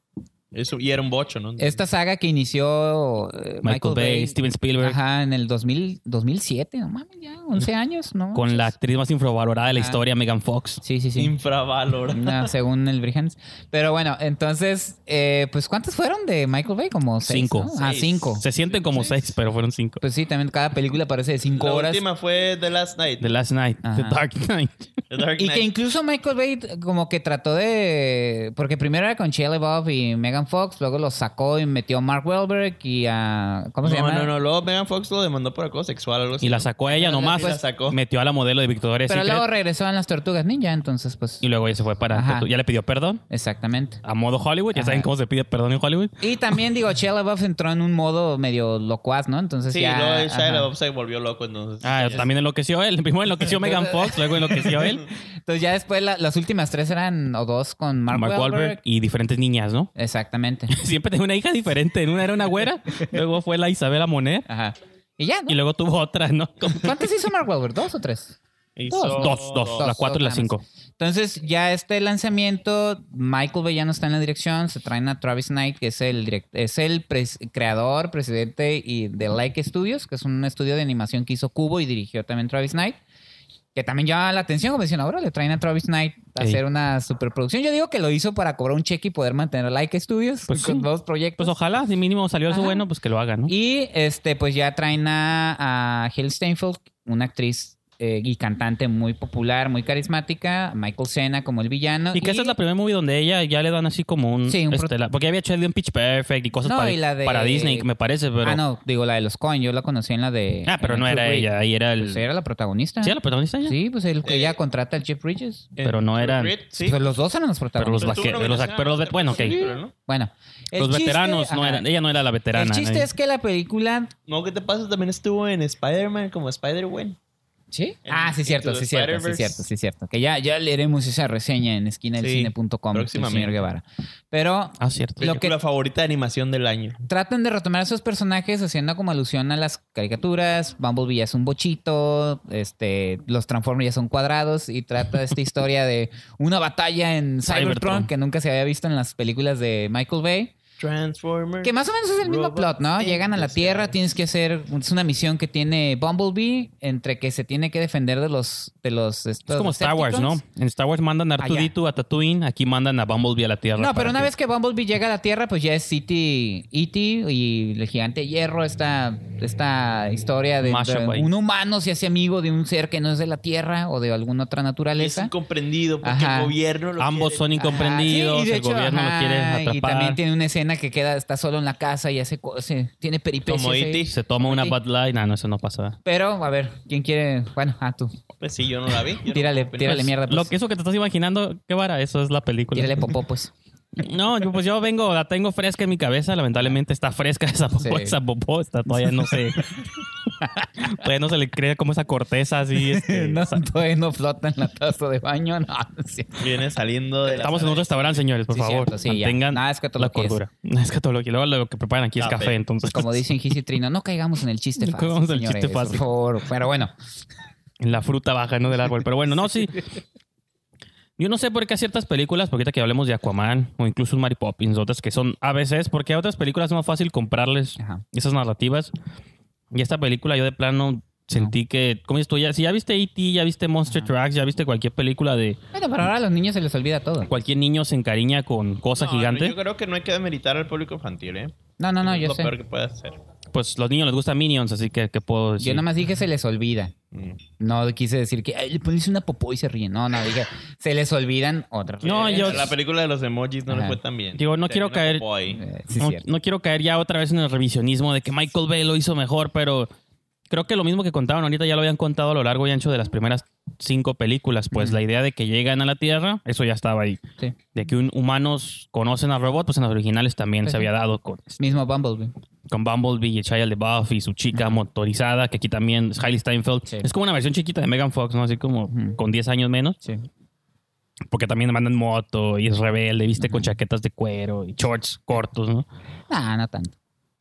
Eso, y era un bocho, ¿no?
esta saga que inició eh,
Michael Bay, Steven Spielberg,
Ajá, en el 2000, 2007, no mames, ya, 11 años, ¿no?
con la actriz más infravalorada de la
Ah.
historia, Megan Fox.
Sí, sí, sí.
Infravalor.
No, según el Brighams. Pero bueno, entonces, eh, pues ¿cuántas fueron de Michael Bay? Como seis,
Cinco.
¿no? Ah,
Seis.
cinco.
Se sienten como seis, pero fueron cinco.
Pues sí, también cada película parece de cinco
La
horas.
última fue The Last Night.
The Last Night,
Ajá.
The Dark Knight.
The Dark
Y que
Knight.
incluso Michael Bay como que trató de... Porque primero era con Shia LaBeouf y Megan Fox, luego los sacó y metió a Mark Wahlberg y a... ¿Cómo se
no,
llama?
no, no. Luego Megan Fox lo demandó por acoso sexual o algo así.
Y la sacó a ella
No,
nomás. pues,
sí la sacó.
Metió a la modelo de Victoria's
Pero
Secret.
luego regresó en las Tortugas Ninja, entonces pues...
Y luego ella se fue para.
Ajá.
Ya le pidió perdón
Exactamente.
a modo Hollywood. Ya
Ajá.
saben cómo se pide perdón en Hollywood.
Y también, digo, Shia LaBeouf entró en un modo medio locuaz, ¿no? Entonces
Sí,
ya...
luego Shia
ajá.
LaBeouf se volvió loco, entonces.
Ah,
Sí,
también enloqueció él. Primero enloqueció Megan Fox, luego enloqueció él.
Entonces ya después la- las últimas tres eran o dos con Mark,
Mark
Wahlberg.
Wahlberg y diferentes niñas, ¿no?
Exactamente.
Siempre tenía una hija diferente. En una era una güera, luego fue la Isabela Monet
Ajá. Y ya, ¿no?
y luego tuvo otra, ¿no? Como-
¿Cuántas hizo Mark Wahlberg? ¿Dos o tres?
hizo
dos,
Dos, dos,
Dos,
la cuatro y la
nada más.
cinco.
Entonces ya este lanzamiento, Michael Bay ya no está en la dirección, se traen a Travis Knight, que es el, direct- es el pres- creador, presidente y de Like Studios, que es un estudio de animación que hizo Cubo y dirigió también Travis Knight. Que también llama la atención, como decían, ahora le traen a Travis Knight a
Ey.
hacer una superproducción. Yo digo que lo hizo para cobrar un cheque y poder mantener Like Studios
Pues
con
sí.
nuevos proyectos.
Pues ojalá, si mínimo salió eso
Ajá.
bueno, pues que lo haga, ¿no?
Y este, pues ya traen a, a Hale Steinfeld, una actriz eh, y cantante muy popular, muy carismática, Michael Cena como el villano.
Y que esa es la primera movie donde ella ya le dan así como un...
Sí, un pro-
este, la- porque ya había hecho el de un Pitch Perfect y cosas
No,
para,
y la de-
para Disney, que me parece, pero...
Ah,
Ah,
no, digo la de los Coen, yo la conocí en la de.
pero
en
no
True
era
Grit.
ella, ahí era el...
Pues era la protagonista.
Sí, era la protagonista ella.
Sí, pues el que
Eh,
ella contrata al Jeff Bridges.
En
pero no
True
eran-
Grit, sí.
Pues los dos eran los
Pero los,
protagonistas.
Pero tuvo
vaque-
una
los, ac- pero los de-
nominación
bueno,
a
ok.
tres películas, ¿no?
Bueno, el
Los
chiste-
veteranos, no
ajá.
eran, ella no era la veterana.
El chiste
¿eh?
es que la película.
No, ¿qué te pasa? También estuvo en Spider-Man como Spider-Gwen.
¿Sí?
En
ah, sí, cierto,
Into the
sí, cierto, sí,
Spider-Verse.
cierto, sí, cierto. Que ya, ya leeremos esa reseña en esquinaelcine.com, del
próximamente.
señor Guevara. Pero
Ah, cierto.
Lo
Lo
que-
que... La favorita de animación del año.
tratan de retomar a esos personajes haciendo como alusión a las caricaturas. Bumblebee ya es un bochito, este, los Transformers ya son cuadrados y trata esta historia de una batalla en Cybertron,
Cybertron.
que nunca se había visto en las películas de Michael Bay.
Transformer.
Que más o menos es el mismo
Robot
plot, ¿no?
in
Llegan a la
disguise.
Tierra, tienes que hacer es una misión que tiene Bumblebee entre que se tiene que defender de los de los
es
estos
como Star Wars, ¿no?
Decepticons.
En Star Wars mandan a
Allá.
Artudito a Tatooine, aquí mandan a Bumblebee a la Tierra.
No,
para
pero una
que-
vez que Bumblebee llega a la Tierra, pues ya es City E.T. y el gigante hierro, esta, esta historia de,
Mashup
de
ahí.
un humano se hace amigo de un ser que no es de la Tierra o de alguna otra
Es
naturaleza.
incomprendido porque
Ajá.
el gobierno lo
Ambos son
quiere.
Ajá,
incomprendidos,
sí, y de
el
hecho,
gobierno
ajá,
lo quiere atrapar.
Y también tiene una escena que queda, está solo en la casa y hace, co- se- tiene peripecias.
Como
ahí.
E.T..
Se toma una
Sí.
Bud Light. Ah, no, eso no pasa.
Pero, a ver, ¿quién quiere? Bueno, ah, tú.
Pues sí, yo no la vi. Yo no
Tírale,
puedo opinar.
tírale mierda.
Lo
Pues.
que, eso que te estás imaginando, qué vara, eso es la película.
Tírale popó, pues.
No, yo, pues yo vengo, la tengo fresca en mi cabeza. Lamentablemente está fresca esa popó,
Sí.
esa popó. Está, todavía no sé. todavía no se le crea como esa corteza así. este,
No,
sa-
todavía no flota en la taza de baño. No, no es cierto.
Viene saliendo de la
Estamos en un restaurante, señores, por
Sí,
favor.
cierto, sí, ya.
tengan
Nada, es que todo
la
lo que es.
cordura. Es catología. Luego lo que preparan aquí es
Café.
café, entonces.
pues, Como dicen Gis y Trino, no caigamos en el chiste
No
fácil.
caigamos en el
señores,
chiste fácil.
Por favor. Pero bueno,
En la fruta baja, no del árbol. Pero bueno, no, sí. Yo no sé por qué a ciertas películas, porque ahorita que hablemos de Aquaman o incluso un Mary Poppins, otras que son a veces, porque a otras películas es más fácil comprarles
ajá.
esas narrativas. Y esta película yo de plano sentí que, ¿cómo dices tú? Ya, si ya viste E.T., ya viste Monster
Ajá.
Tracks, ya viste cualquier película de
Bueno, pero ahora a los niños se les olvida todo.
cualquier niño se encariña con cosa
No,
gigante,
Yo creo que no hay que demeritar al público infantil, ¿eh?
No, no, no,
es
yo
lo
sé.
peor que puede hacer.
pues los niños les gusta Minions, así que, ¿qué puedo decir?
Yo nomás dije se les olvida.
Mm.
No quise decir que "Ay, le pones una popó y se ríen. No, no, dije se les olvidan otras.
No,
Eh,
yo-
La película de los emojis no le
Ajá.
fue tan bien.
Digo, no quiero caer-
popó ahí.
Eh, sí,
no,
cierto.
no quiero caer ya otra vez en el revisionismo de que Michael Bay lo hizo mejor, pero creo que lo mismo que contaban ahorita ya lo habían contado a lo largo y ancho de las primeras cinco películas. Pues
Ujú.
la idea de que llegan a la Tierra, eso ya estaba ahí.
Sí.
De que un- humanos conocen a robots, pues en las originales también
Sí.
se había dado con,
Mismo Bumblebee.
con Bumblebee y Shia LaBeouf y su chica motorizada, que aquí también es Hailey Steinfeld.
Sí.
Es como una versión chiquita de Megan Fox, ¿no? Así como
Ujú.
con 10 años menos,
Sí.
porque también mandan moto y es rebelde, viste, con chaquetas de cuero y shorts cortos, ¿no?
Ah, no tanto.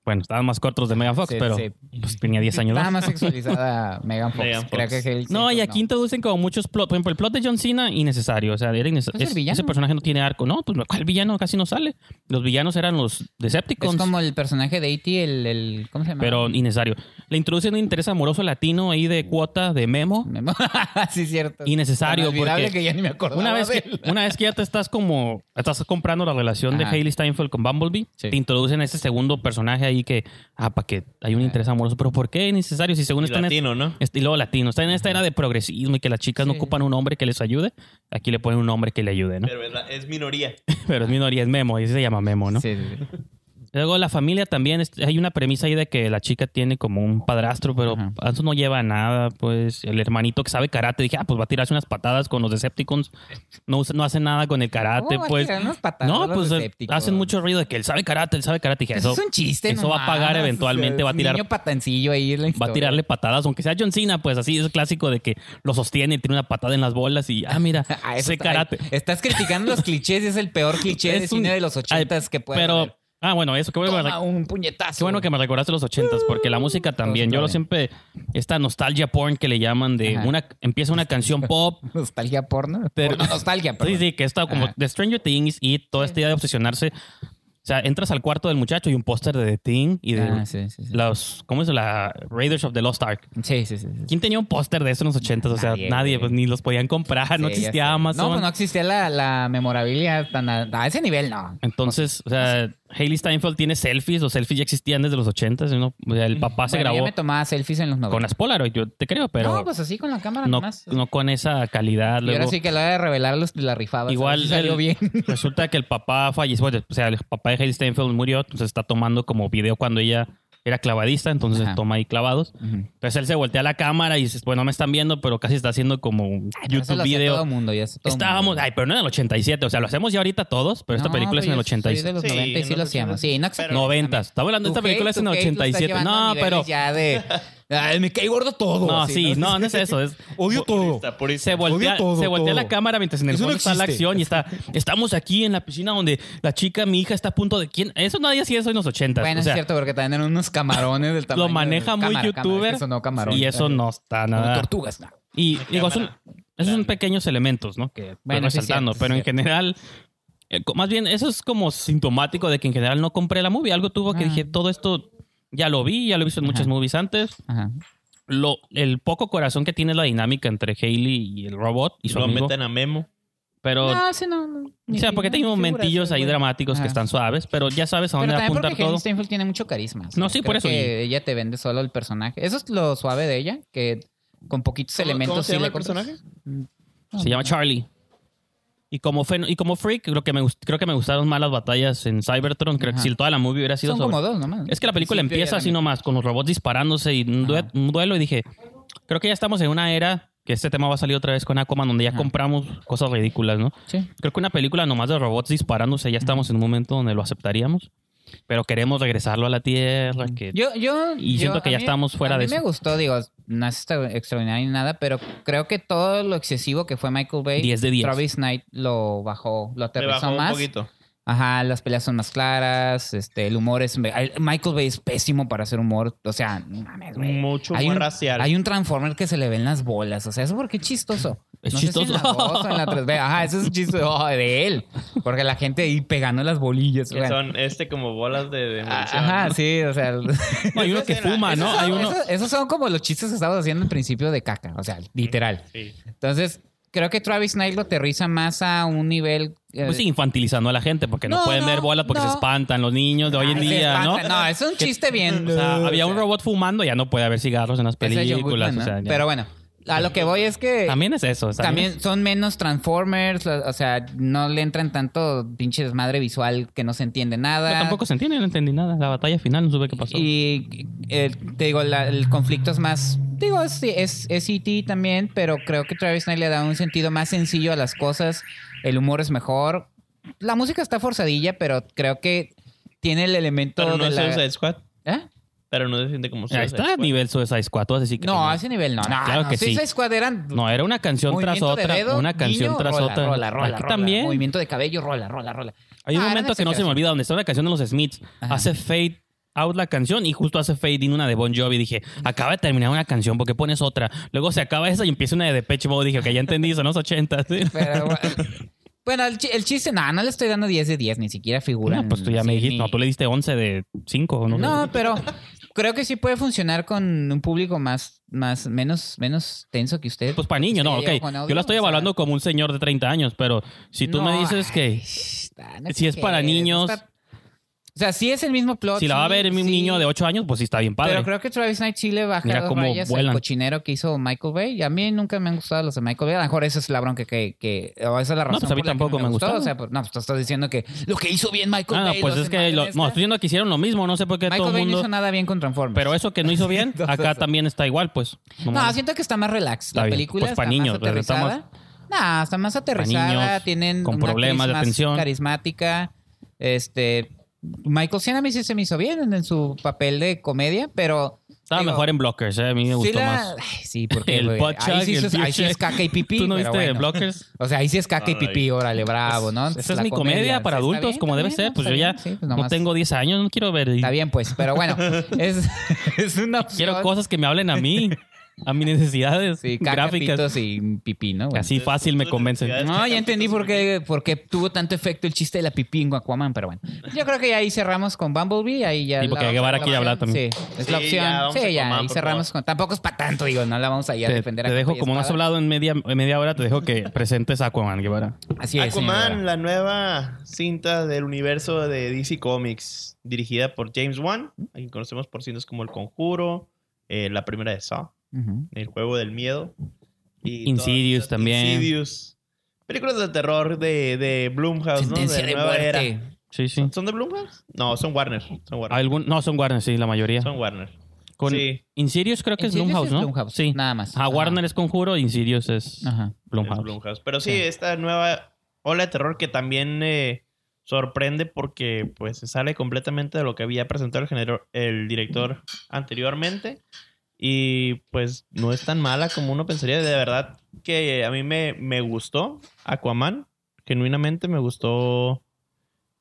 Bueno, estaban más cortos de Megan Fox,
Sí,
pero
sí.
pues, tenía 10 años
Estaba
más.
más sexualizada Megan Fox.
Megan
Creo
Fox.
que Hell
No, y
Clinton
aquí introducen como muchos plots. Por ejemplo, el plot de John Cena, innecesario. O sea, era innece-
Pues el
es-
villano.
ese personaje no tiene arco. No, pues ¿cuál villano casi no sale? Los villanos eran los Decepticons.
Es como el personaje de E.T., el, el- ¿Cómo se llama?
Pero innecesario. Le introducen un interés amoroso latino ahí de cuota de Memo.
Me- sí, cierto.
Innecesario,
Tan olvidable
porque
que ya ni me acordaba
Una vez,
de
que,
él.
una vez que ya te estás como. Estás comprando la relación de
Ajá.
Hailey Steinfeld con Bumblebee,
Sí.
te introducen ese segundo personaje ahí que. Ah, para que hay un interés amoroso. Pero ¿por qué innecesario? Si según
Y
está en
latino, ¿no?
Este- Y luego latino. Está en esta era de progresismo y que las chicas no
Sí.
ocupan un hombre que les ayude. Aquí le ponen un hombre que le ayude, ¿no? Pero,
Pero es, la- es minoría.
es minoría, es Memo, y ese se llama Memo, ¿no?
Sí, sí, sí.
Luego la familia también, es- hay una premisa ahí de que la chica tiene como un padrastro, pero
Ajá.
a eso no lleva a nada, pues el hermanito que sabe karate, dije, ah, pues va a tirarse unas patadas con los Decepticons, no, usa- no hace nada con el karate,
¿Cómo va a
pues...
tirar unas patadas
No,
a los
pues eh,
Decepticons?
hacen mucho ruido de que él sabe karate, él sabe karate, dije,
Eso
eso
es un chiste,
eso va a pagar
nomás.
eventualmente,
Es
va a tirar-
un niño patancillo ahí en la
va
historia.
a tirarle patadas, aunque sea John Cena, pues así es clásico de que lo sostiene, tiene una patada en las bolas y, ah, mira,
Ah, eso
ese
está-
karate.
Estás criticando los clichés y es el peor cliché de
Es un-
cine de los ochentas que puede
Pero,
haber.
ah, bueno, eso, qué bueno,
Toma un puñetazo.
qué bueno que me recordaste los ochentas, porque la música también, yo lo
bien.
siempre, esta nostalgia porn que le llaman de
Ajá.
una, empieza una canción pop.
Nostalgia porno.
Pero-
Porno nostalgia,
Sí,
perdón.
sí, que está como
Ajá.
The Stranger Things y toda esta idea de obsesionarse. O sea, entras al cuarto del muchacho y un póster de The Thing y de
Ah, sí, sí, sí.
los, ¿cómo es? La Raiders of the Lost Ark.
Sí, sí, sí, sí.
¿Quién tenía un póster de eso en los ochentas? O sea, nadie,
Nadie, güey.
pues ni los podían comprar, no
Sí, ya
existía
sé.
Amazon.
No, pues no existía la, la memorabilia tan a, a ese nivel, no.
Entonces, o sea, Hailey Steinfeld tiene selfies, los selfies ya existían desde los ochentas, ¿no? O sea, el papá se
Bueno,
grabó
Yo me tomaba selfies en los 90.
con las Polaroid, yo te creo, pero
No, pues así con la cámara
no,
nomás.
no con esa calidad.
y ahora
Luego,
sí que a la hora de revelarlos la rifaba.
igual
¿sabes? salió
el-
bien.
resulta que el papá falleció, bueno, o sea, el papá de Hailey Steinfeld murió, entonces está tomando como video cuando ella era clavadista, entonces
Ajá.
toma ahí clavados. Entonces él se voltea a la cámara y dice, bueno, no me están viendo, pero casi está haciendo como un
Pero eso
YouTube
lo hacía
video.
Todo mundo, ya sé, todo
Estábamos,
mundo.
ay, pero no en el 87, o sea, lo hacemos ya ahorita todos, pero esta
No,
película es en
yo
el
Soy de
87.
los
Sí,
90 y sí
no
lo
sé si
hacíamos.
es-
Sí, no exactamente.
90, estamos hablando de
Tu
esta película es
hate,
en
tu
el
hate lo estás
87.
llevando a
No,
niveles
pero
Ya de. Ay, me cae gordo todo.
no,
así,
sí, no, no es eso, es
Odio
Uh,
todo.
Está purista.
se voltea,
Odio todo,
se voltea
todo.
la cámara mientras en el
Eso no
fondo está la
existe.
acción y está estamos aquí en la piscina donde la chica, mi hija está a punto de quién, eso nadie hacía eso en los 80
Bueno,
o sea,
es cierto, porque también eran unos camarones del tamaño.
lo maneja
de-
muy
cámara, cámara,
youtuber
es que sonó camarón.
y eso no está
Como
nada.
tortugas, no.
Y digo, son,
cámara.
esos son pequeños elementos, ¿no? Que bueno,
Bueno, sí es
resaltando,
cierto, sí
pero
es
en general, eh, co- más bien, eso es como sintomático de que en general no compré la movie. Algo tuvo que
Ah.
dije, todo esto ya lo vi, ya lo he visto en muchas
Ajá.
movies antes.
Ajá.
Lo, el poco corazón que tiene la dinámica entre Hailey y el robot y
Y
su
lo
amigo.
meten a Memo.
Pero,
No, sí, no. no.
o sea, porque
tiene
tiene momentillos ahí dramáticos que
Ajá.
están suaves, pero ya sabes a
Pero
dónde
también
apuntar
porque Helen
todo.
Steinfeld tiene mucho carisma. o sea,
No, sí,
creo
por eso,
que
y-
ella te vende solo el personaje. Eso es lo suave de ella, que con poquitos
¿Cómo-
elementos
cómo se
sí
llama
le
el
compras.
personaje?
Se llama Charlie. Y como, fen- y como freak, creo que, me, gust- creo que me gustaron más las batallas en Cybertron. Creo
Ajá.
que si toda la movie hubiera sido
Son
sobre-
como dos nomás.
Es que la película
Sí, sí,
empieza
ya
así
la-
nomás, con los robots disparándose y un, due-
Ajá.
un duelo. Y dije, creo que ya estamos en una era que este tema va a salir otra vez con Aquaman, donde ya
Ajá.
compramos cosas ridículas, ¿no?
Sí.
Creo que una película nomás de robots disparándose, ya estamos en un momento donde lo aceptaríamos, pero queremos regresarlo a la Tierra, que
Yo, yo,
Y siento
yo-
que
a
ya
mí-
estamos fuera
a
de
mí me
eso.
gustó, digo, no es extra- extraordinario ni nada, pero creo que todo lo excesivo que fue Michael Bay,
10 de 10.
Travis Knight lo bajó, lo
Le
aterrizó
bajó un
más.
poquito.
Ajá, las peleas son más claras, este, el humor es... Michael Bay es pésimo para hacer humor, o sea, no mames, güey.
Mucho
Hay
humor
un-
racial.
Hay un Transformer que se le ven las bolas. O sea, eso porque es chistoso.
Es
no Sé
chistoso.
si en la dos o en la 3D. Ajá, eso es chistoso de él. Porque la gente ahí pegando las bolillas.
que
bueno.
son este como bolas de, de
Ah,
munición,
Ajá,
¿no?
sí, o sea. el-
No, hay uno
Eso
que
será-
fuma,
eso
¿no? Hay uno...
Esos, esos son como los chistes que estábamos haciendo al principio de caca. O sea, literal.
Sí.
Entonces, creo que Travis Knight lo aterriza más a un nivel. eh,
Pues sí, infantilizando a la gente, porque no,
No,
pueden ver
no,
bolas porque
no.
se espantan los niños de hoy en
ay, se
día, ¿no?
espanta. No, es un chiste bien.
O sea, había un robot fumando, ya no puede haber cigarros en las
Ese es John
películas.
Goodman,
o sea,
¿no?
ya.
Pero bueno, a lo que voy es que.
eh, también es eso.
También son menos Transformers, la- o sea, no le entran tanto pinche desmadre visual que no se entiende
No,
nada.
tampoco se entiende, no entendí nada. La batalla final, no supe qué pasó.
Y eh, te digo, la- el conflicto es más, digo, es, es, es E.T. también, pero creo que Travis Knight le da un sentido más sencillo a las cosas, el humor es mejor, la música está forzadilla, pero creo que tiene el elemento
Pero no
de
es
la...
Suicide Squad.
¿Eh?
Pero no se siente como
Ahí
Suicide
está
Squad.
nivel Suicide Squad, tú vas a decir que
No, a
tenía-
ese nivel no. No,
Claro
no,
que sí.
Suicide Squad eran
no, era una canción tras
movimiento de
otra,
dedo,
una canción
guiño,
tras
rola,
otra.
Rola, rola,
Aquí
rola,
también
Movimiento de cabello, rola, rola, rola.
hay un
Ah, eran
momento que no se me
exageraciones.
olvida donde está una canción de los Smiths.
Ajá.
Hace fade out la canción y justo hace fade in una de Bon Jovi. Dije, acaba de terminar una canción, ¿por qué pones otra? Luego se acaba esa y empieza una de Depeche Mode. Dije, ok, ya entendí, son los 80. ¿sí?
Pero bueno, bueno, el, chi- el chiste, no, no le estoy dando 10 de 10, ni siquiera figura.
No, pues tú ya me
Sí,
dijiste,
ni-
no, tú le diste 11 de 5. No,
No, pero creo que sí puede funcionar con un público más, más, menos, menos tenso que usted.
Pues para niño, no,
Sí,
ok.
o con audio,
Yo la estoy
o sea-
evaluando como un señor de 30 años, pero si tú me
No,
dices
ay,
que
está, no
si es para
exageres,
niños-
está- O sea, sí es el mismo plot.
si la va a
sí,
ver un
sí,
niño de 8 años, pues sí está bien padre.
Pero creo que Travis Knight sí le baja
Mira
dos
cómo
rayas al
vuelan.
cochinero que hizo Michael Bay. Y a mí nunca me han gustado los de Michael Bay. A lo mejor esa es la bronca que... que o esa es la razón
pues a mí
por la que
tampoco
no
me
gustó.
gustaron.
O sea, pues, no, pues tú estás diciendo que lo que hizo bien Michael
Ah,
Bay...
pues
lo
es
hace
que
mal en
lo-
esta.
no, estoy diciendo que hicieron lo mismo, no sé por qué
Michael
todo el
Bay no
mundo.
hizo nada bien con Transformers.
Pero eso que no hizo bien,
Entonces,
acá también está igual, pues.
No, siento que está más relax.
Está
la
bien.
película
Pues
está
pa' niños,
más
pero está
aterrizada. Nah, está más aterrizada.
niños,
tienen
con
una
problemas
actriz
de
más
atención.
carismática. Este, Michael Cena a mí sí se me hizo bien en, en su papel de comedia, pero...
Estaba
digo,
mejor en Blockers, eh, a mí me gustó
sí la-
más.
Ay, sí, porque
El
güey,
Butchak,
ahí, sí,
el
es- ahí sí
Future.
es caca y pipí.
¿Tú no
pero
viste
bueno.
Blockers? pues,
O sea, ahí sí es caca y pipí, órale, bravo, ¿no?
Esa es
Ah, La
mi comedia, para
sí, está
adultos,
bien,
como debe
también,
ser.
¿no?
Pues
Está
yo ya
bien, sí, pues
no
nomás-
tengo 10 años, no quiero ver.
Está bien, pues, pero bueno, es, es una opción.
Quiero cosas que me hablen a mí, a mis necesidades
Sí, caca,
gráficas.
pitos y pipí, ¿no? Bueno.
Así fácil me convencen.
Necesidades.
No, ya entendí por qué, por qué tuvo tanto efecto el chiste de la pipí en Aquaman, pero bueno. Yo creo que ya ahí cerramos con Bumblebee, ahí ya...
Sí, porque
la-
hay que Guevara quiere hablar también.
Sí, es la
Sí,
opción.
ya, vamos a
sí, ya,
Aquaman,
ahí
por
cerramos con... Tampoco es para tanto, digo, no la vamos a ir a
Te,
defender.
te
a
dejo,
capa y
como no has
espada.
hablado en media, en media hora, te dejo que presentes a Aquaman Guevara.
Así es, señor
Aquaman,
Guevara.
la nueva cinta del universo de DC Comics, dirigida por James Wan, a quien conocemos por cintas como El Conjuro, eh, la primera de Saw,
Ujú.
El Juego del Miedo. Y
Insidious
todas estas-
también.
Insidious. Películas de terror de, de Blumhouse, ¿no?
Sentencia
la
de
nueva
muerte.
era.
Sí, sí.
¿Son de Blumhouse? No, son Warner. Son Warner.
Algún, no, son Warner, sí, la mayoría.
Son Warner.
Con
Sí,
Insidious creo que es
Insidious
Blumhouse, ¿no?
Blumhouse,
Sí.
Nada más.
A
Ajá.
Warner es Conjuro, Insidious es
Ajá.
Blumhouse.
es Blumhouse. Pero sí,
Sí.
esta nueva ola de terror que también eh, sorprende porque pues se sale completamente de lo que había presentado el, genero- el director anteriormente. Y pues no es tan mala como uno pensaría. De verdad que a mí me, me gustó Aquaman. Genuinamente me gustó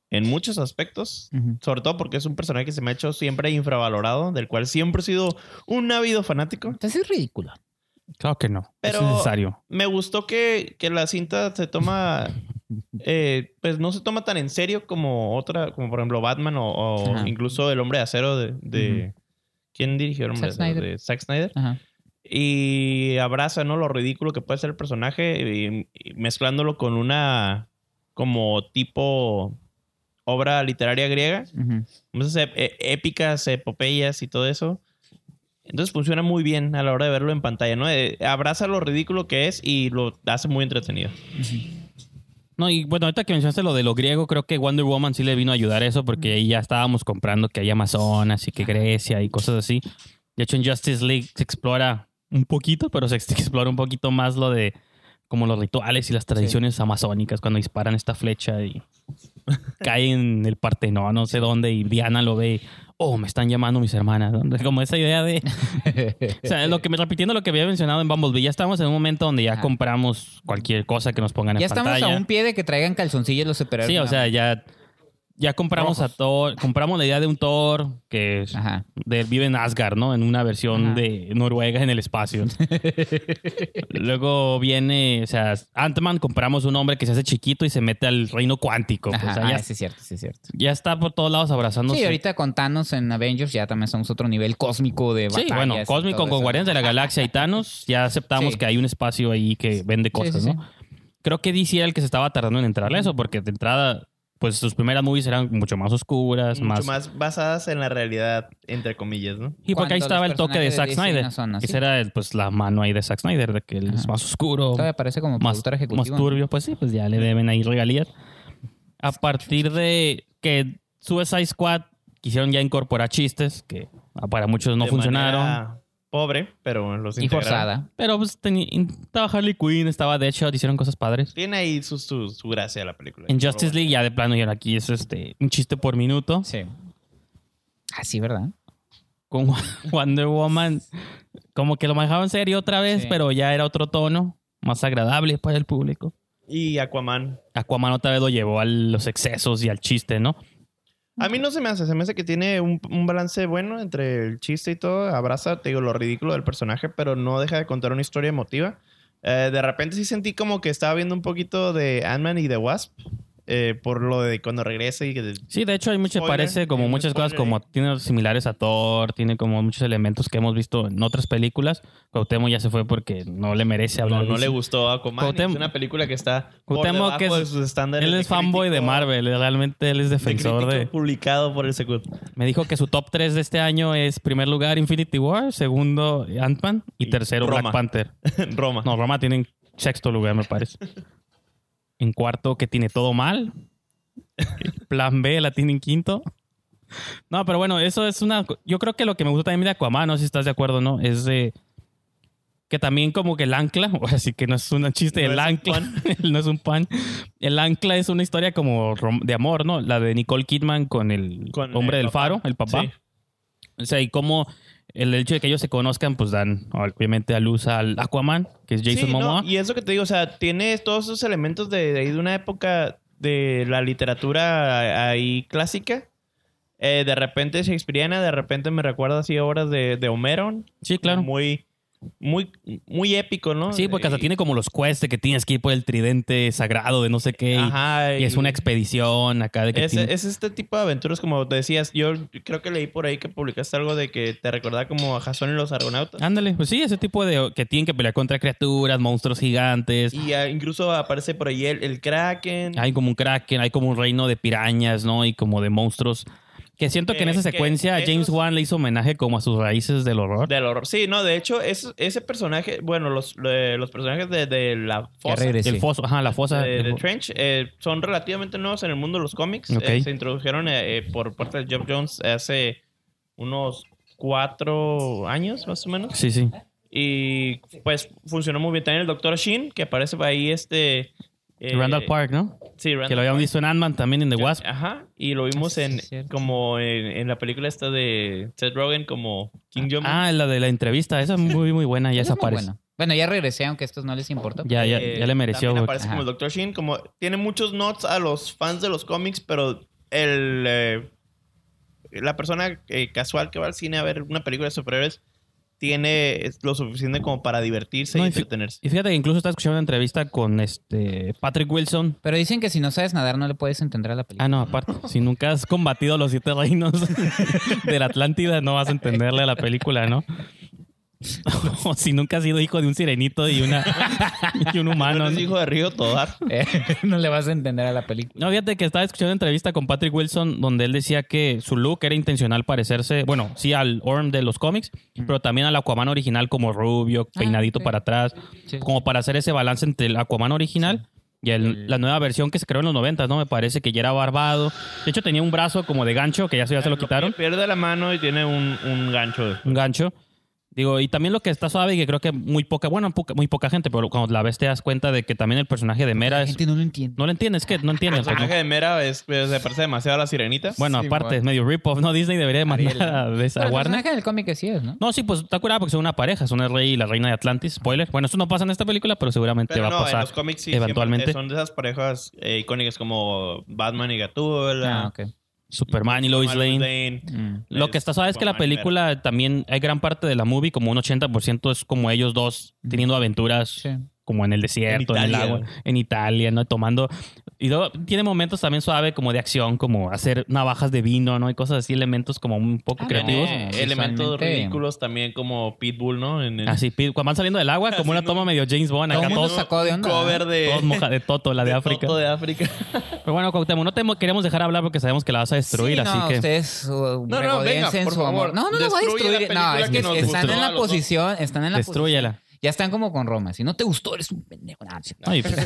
en muchos aspectos.
Ujú.
Sobre todo porque es un personaje que se me ha hecho siempre infravalorado, del cual siempre he sido un ávido fanático.
Entonces es ridículo.
Claro que no.
Pero-
Es necesario.
me gustó que, que la cinta se toma. eh, pues no se toma tan en serio como otra, como por ejemplo Batman o, o
Ajá.
incluso El Hombre de Acero de. de- ¿Quién dirigió el Hombre
Zack
de Acero?
Snyder.
De Zack Snyder.
Ajá.
Y abraza, ¿no? Lo ridículo que puede ser el personaje y- y mezclándolo con una. como tipo. obra literaria griega.
Ujú.
Entonces, ep- e- épicas, epopeyas y todo eso. Entonces funciona muy bien a la hora de verlo en pantalla, ¿no? Eh, abraza lo ridículo que es y lo hace muy entretenido.
No, y bueno, ahorita que mencionaste lo de lo griego, creo que Wonder Woman sí le vino a ayudar eso porque ahí ya estábamos comprando que hay Amazonas y que Grecia y cosas así. De hecho, en Justice League se explora un poquito, pero se ex- explora un poquito más lo de como los rituales y las tradiciones amazónicas cuando disparan esta flecha y cae en el Partenón, no sé dónde, y Diana lo ve. y, Oh, me están llamando mis hermanas. ¿no? Como esa idea de. O sea, lo que me repitiendo lo que había mencionado en Bumblebee, ya estamos en un momento donde ya
Ajá.
compramos cualquier cosa que nos pongan
ya
en
estamos
pantalla.
a un pie de que traigan calzoncillos los superhéroes.
Sí, o sea, ya, ya compramos a Thor, compramos la idea de un Thor que es-
Ajá.
de- vive en Asgard, ¿no? En una versión
Ajá.
de Noruega en el espacio. Luego viene, o sea, Ant-Man, compramos un hombre que se hace chiquito y se mete al reino cuántico. pues,
Ajá.
o sea, ya,
Ah, sí, es cierto, sí, es cierto.
ya está por todos lados abrazándose.
sí, ahorita con Thanos en Avengers ya también somos otro nivel cósmico de
Sí,
batallas.
bueno,
y
Cósmico
todo
con
eso.
Guardianes de la Galaxia y Thanos, ya aceptamos
Sí.
que hay un espacio ahí que vende cosas,
sí, sí.
¿no? Creo que DC era el que se estaba tardando en entrar a eso, porque de entrada, pues sus primeras movies eran mucho más oscuras,
Mucho
más...
más... basadas en la realidad, entre comillas, ¿no?
Y porque ahí
Cuando
estaba
los
el toque de
personajes de
Zack
DC
Snyder.
no son así.
Esa era, el, pues, la mano ahí de Zack Snyder, de que él es
Ajá.
más oscuro,
Todavía aparece como
más,
productor ejecutivo.
más turbio. Pues sí, pues ya le deben ahí regalías. A partir de que Suicide Squad quisieron ya incorporar chistes, que ah, para muchos no
De
funcionaron.
manera Pobre, pero los
Y
integraron.
forzada.
Pero pues teni- estaba Harley Quinn, estaba Deadshot, hicieron cosas padres.
Tiene ahí su, su, su gracia la película.
En Justice League ya de plano, y ahora aquí es este, un chiste por minuto.
Sí. Ah, sí, ¿verdad?
Con Wonder Woman, como que lo manejaban serio otra vez,
Sí.
pero ya era otro tono, más agradable para el público.
Y Aquaman.
Aquaman otra vez lo llevó a los excesos y al chiste, ¿no?
A mí no se me hace, se me hace que tiene un, un balance bueno entre el chiste y todo. Abraza, te digo, lo ridículo del personaje, pero no deja de contar una historia emotiva. Eh, de repente sí sentí como que estaba viendo un poquito de Ant-Man y de Wasp. eh, por lo de cuando regrese y que de-
Sí, de hecho hay muchas,
Spoiler,
parece como
hay un
muchas cosas,
spoiler
como
ahí.
tiene similares a Thor, tiene como muchos elementos que hemos visto en otras películas. Cuauhtémoc ya se fue porque no le merece hablar.
no, no
de
le
eso.
gustó a Aquaman.
Cuauhtémoc-
es una película que está por
Cuauhtémoc
debajo
que es-
de sus estándares.
Él
de
es fanboy de
crítico-
Marvel, realmente él es
de
defensor
crítico
de...
publicado por el Secut.
Me dijo que su top 3 de este año es primer lugar Infinity War, segundo Ant-Man y
Y
tercero
Roma.
Black Panther.
Roma.
No, Roma tiene en sexto lugar, me parece. En cuarto, que tiene todo mal. Plan B la tiene en quinto. No, pero bueno, eso es una... Yo creo que lo que me gusta también de Aquaman, no sé si estás de acuerdo, ¿no? Es de... Que también como que el ancla, así que no es un chiste,
No
el
es un
ancla no es un pan. El ancla es una historia como rom- de amor, ¿no? La de Nicole Kidman con el
Con
hombre
el
del
papá.
faro, el papá.
Sí.
O sea, y cómo el hecho de que ellos se conozcan, pues dan obviamente a luz al Aquaman, que es Jason
Sí, no,
Momoa.
y eso que te digo, o sea, tiene todos esos elementos de, de ahí de una época de la literatura ahí clásica. Eh, de repente shakespeariana, de repente me recuerda así a obras de, de Homero.
Sí, claro.
Muy, muy, muy épico, ¿no?
Sí, porque hasta
Y-
tiene como los quests de que tienes que ir por el tridente sagrado de no sé qué. y-
Ajá,
y, es una expedición acá de que
Es,
tiene-
es este tipo de aventuras, como te decías. Yo creo que leí por ahí que publicaste algo de que te recordaba como a Jason y los Argonautas.
Ándale, pues sí, ese tipo de que tienen que pelear contra criaturas, monstruos gigantes.
Y ah, incluso aparece por ahí el, el Kraken.
Hay como un kraken, hay como un reino de pirañas, ¿no? Y como de monstruos. Que siento que en
Eh,
esa
que
secuencia James
esos-
Wan le hizo homenaje como a sus raíces del horror.
Del horror. Sí, no, de hecho, es, ese personaje, bueno, los, eh, los personajes de, de la fosa,
regresó.
de,
Sí.
El foso, ajá, la fosa. el
de
fo-
Trench, eh, son relativamente nuevos en el mundo de los cómics.
Ok.
Eh, se introdujeron eh, eh, por parte de Jeff Jones hace unos cuatro años, más o menos.
Sí, sí.
Y pues funcionó muy bien. También el Doctor Shin, que aparece por ahí este... eh,
Randall Park, ¿no?
Sí,
Que
Randall
lo habíamos visto en Ant-Man también en The Wasp. Ah,
Ajá, y lo vimos
Sí,
en
es cierto.
como en, en la película esta de Seth Rogen como King Jong.
Ah, la de la entrevista, esa es muy, muy buena, ya
Él es
esa
muy
aparece.
bueno. Bueno, ya regresé, aunque a estos no les importó.
Ya, ya,
Eh,
ya le mereció.
también
güey.
aparece
Ajá.
como el Dr. Shin. Como, tiene muchos nods a los fans de los cómics, pero el, eh, la persona eh, casual que va al cine a ver una película de superhéroes tiene es lo suficiente como para divertirse
No,
y
y fi-
entretenerse.
Y fíjate que incluso estaba escuchando una entrevista con este Patrick Wilson.
Pero dicen que si no sabes nadar no le puedes entender a la película.
Ah, no, aparte, si nunca has combatido los siete reinos de la Atlántida, no vas a entenderle a la película, ¿no? O si nunca has sido hijo de un sirenito y una y un humano.
no es
Ah, ¿no?
hijo de Río Todar.
Eh, no le vas a entender a la película.
No, fíjate que estaba escuchando una entrevista con Patrick Wilson donde él decía que su look era intencional parecerse, bueno, sí al Orm de los cómics, pero también al Aquaman original como rubio, peinadito
sí.
para atrás,
Sí.
como para hacer ese balance entre el Aquaman original y el-
El-
la nueva versión que se creó en los 90, ¿no? Me parece que ya era barbado. De hecho, tenía un brazo como de gancho, que ya, se- ya se lo quitaron,
Pierde la mano y tiene un, un gancho.
un gancho. Digo, y también lo que está suave y que creo que muy poca, bueno, poca- muy poca gente, pero cuando la ves te das cuenta de que también el personaje de Mera
La
es...
gente no lo entiende.
No lo entiendes, que no
El
entiendes. pues, no.
personaje de Mera es, es- se parece demasiado a la sirenita.
Bueno,
Sí,
aparte
bueno.
es medio rip-off, ¿no? Disney debería de mandar
Ariel.
a, de esa
Pero el
Warner.
personaje del cómic que sí es, ¿no?
No, sí, pues está curada porque son una pareja, son el rey y la reina de Atlantis. Spoiler. Bueno, esto no pasa en esta película, pero seguramente
Pero
va
no,
a
en
pasar.
los cómics sí,
eventualmente.
siempre son de esas parejas eh, icónicas como Batman y Gatúbela.
Ah, ok.
Superman y Lois Lane.
Lois Lane.
Mm.
Lo que está suave es que la
Superman y
película también hay gran parte de la movie, como un 80% es como ellos dos teniendo aventuras
Sí.
como en el desierto, en,
En
el
Italia.
agua, en Italia, ¿no? Tomando. Y luego tiene momentos también suave como de acción, como hacer navajas de vino, ¿no? Y cosas así, elementos como un poco
Ah,
creativos.
no. visualmente.
Elementos ridículos también como Pitbull, ¿no? En el
Así, pi- cuando van saliendo del agua, como una toma medio James Bond,
Todo
acá
el mundo
todos,
sacó de onda. ¿no?
cover de,
todos moja de Toto, la de,
de
África.
Toto de África.
Pero bueno, Cuauhtémoc, no te mo- queremos dejar hablar porque sabemos que la vas a destruir,
Sí,
así
no,
que...
ustedes uh,
no,
regodeense
venga,
en
por
su amor.
favor,
No, no lo voy a
destruye la
destruir. No,
película
es
que
que
nos
están
gustó
en
a
la
los dos.
posición, están en la posición.
Destrúyela.
Ya están como con Roma. Si no te gustó, eres un pendejo. No,
No, y pues-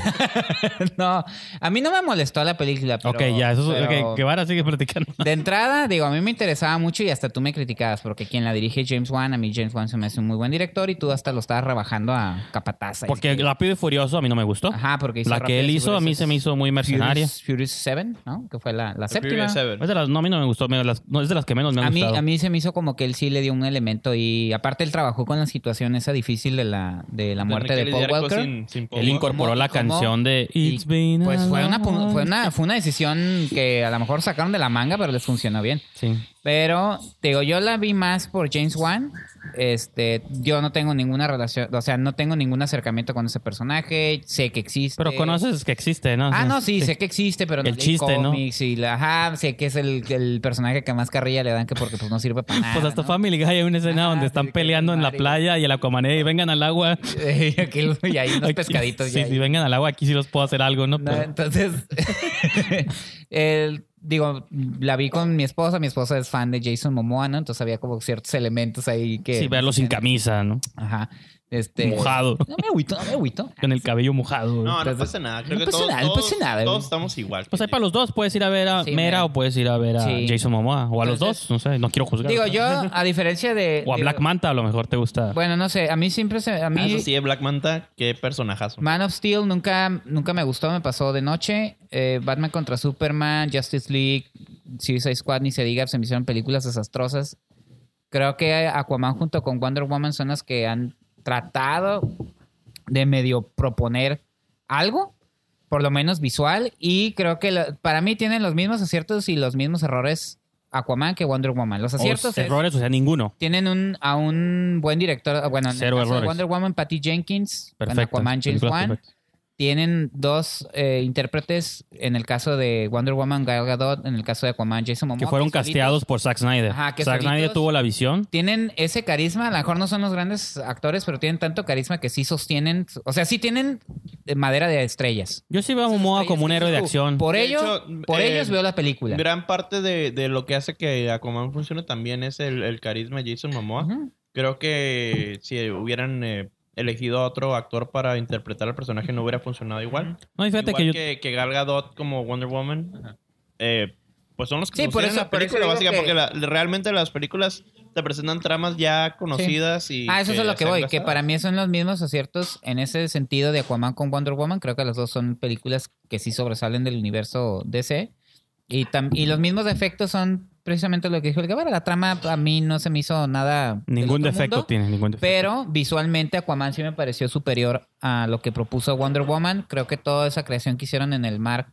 no, a mí no me molestó la película. Pero,
ok, ya, eso es...
pero-
ok, que van a seguir platicando.
De entrada, digo, a mí me interesaba mucho y hasta tú me criticabas porque quien la dirige es James Wan. A mí James Wan se me hace un muy buen director y tú hasta lo estabas rebajando a capataza. y-
Porque Rápido y Furioso a mí no me gustó.
Ajá, porque hizo
la que
Rápido
él
y
hizo a mí
Furioso.
se me hizo muy mercenaria.
Furious, Furious 7, ¿no? Que fue la, la
The
séptima.
Furious Seven.
Es de las, no, a mí no me gustó. me- las- no, es de las que menos me han
A mí,
gustado.
a mí se me hizo como que él sí le dio un elemento y aparte él trabajó con la situación esa difícil de la, de la muerte de,
Tener que
Paul
lidiar con-
Walker.
sin- sin Paul
Él
Walker.
incorporó la
¿Cómo?
canción de
Y,
It's been a
pues fue una, pu-
long
fue, una, fue una decisión que a lo mejor sacaron de la manga, pero les funcionó bien.
Sí.
Pero, te digo, yo la vi más por James Wan. Este, yo no tengo ninguna relación, o sea, no tengo ningún acercamiento con ese personaje. Sé que existe.
Pero conoces que existe, ¿no?
Ah, no, sí, sé que existe, pero no
El
leí
chiste, ¿no?
cómics y la, ajá, sé que es el, el personaje que más carrilla le dan que porque pues no sirve para nada.
Pues hasta
¿no?
Family Guy hay una escena
Ajá,
donde
sí,
están
que
peleando en la
marica.
playa y en la comanera y vengan al agua.
Eh, aquí- y hay unos
Aquí-
pescaditos. y
Sí,
ahí.
sí, vengan al agua, aquí sí los puedo hacer algo, ¿no? Pues,
No,
Pero-
entonces, el- digo, la vi con mi esposa. Mi esposa es fan de Jason Momoa, ¿no? Entonces había como ciertos elementos ahí que...
sí, verlo sin camisa, ¿no?
Ajá. Este,
Mojado.
No me agüito, no me agüito.
Con el cabello mojado.
No, no
Entonces-
pasa nada. Creo
No
que
pasa
todos,
nada, no pasa
todos-
nada, güey.
todos estamos igual.
Pues hay para los dos, puedes ir a ver a
Sí,
Mera
mira.
o puedes ir a ver a
Sí.
Jason Momoa o a los
Entonces-
dos, no sé, no quiero juzgar.
Digo, yo, a diferencia de...
o a
digo,
Black Manta a lo mejor te gusta.
Bueno, no sé. A mí siempre se... A
Ah,
mí...
Eso sí, Black Manta, qué personajazo.
Man of Steel nunca, nunca me gustó, me pasó de noche. Eh, Batman contra Superman, Justice League, Suicide Squad, ni se diga, se me hicieron películas desastrosas. Creo que Aquaman junto con Wonder Woman son las que han tratado de medio proponer algo, por lo menos visual, y creo que la- para mí tienen los mismos aciertos y los mismos errores Aquaman que Wonder Woman. Los
O
aciertos es-
errores, o sea, ninguno.
tienen un, a un buen director, bueno, en el
Cero
caso de
errores.
Wonder Woman, Patty Jenkins, en
Perfecto.
Aquaman, James
películas
Wan
perfectas.
tienen dos eh, intérpretes, en el caso de Wonder Woman, Gail Gadot, en el caso de Aquaman, Jason Momoa.
Que fueron
solitos
casteados por Zack Snyder.
Ajá, que
Zack Snyder
solitos-
tuvo la visión.
Tienen ese carisma, a lo mejor no son los grandes actores, pero tienen tanto carisma que sí sostienen, o sea, sí tienen eh, madera de estrellas.
Yo sí veo a Momoa como un héroe de acción.
Por
De
ello,
hecho,
por
eh,
ellos veo la película.
Gran parte de, de lo que hace que Aquaman funcione también es el, el carisma de Jason Momoa.
Ujú.
Creo que si hubieran eh, elegido a otro actor para interpretar al personaje no hubiera funcionado igual.
No, y fíjate
Igual
que yo...
que, que Gal Gadot como Wonder Woman. eh, pues son los
Sí,
que
por
sostienen
eso-
la
por eso
película
digo
básica,
que-
porque la- realmente las películas te presentan tramas ya conocidas y...
Ah, eso es a lo que
se
voy,
han
que
gastado.
para mí son los mismos aciertos en ese sentido de Aquaman con Wonder Woman. Creo que las dos son películas que sí sobresalen del universo DC. Y, tam- y los mismos defectos son precisamente lo que dijo el Guevara. La trama a mí no se me hizo nada. del
Ningún
otro
defecto
mundo,
tiene, ningún defecto.
Pero visualmente Aquaman sí me pareció superior a lo que propuso Wonder Woman. Creo que toda esa creación que hicieron en el mar,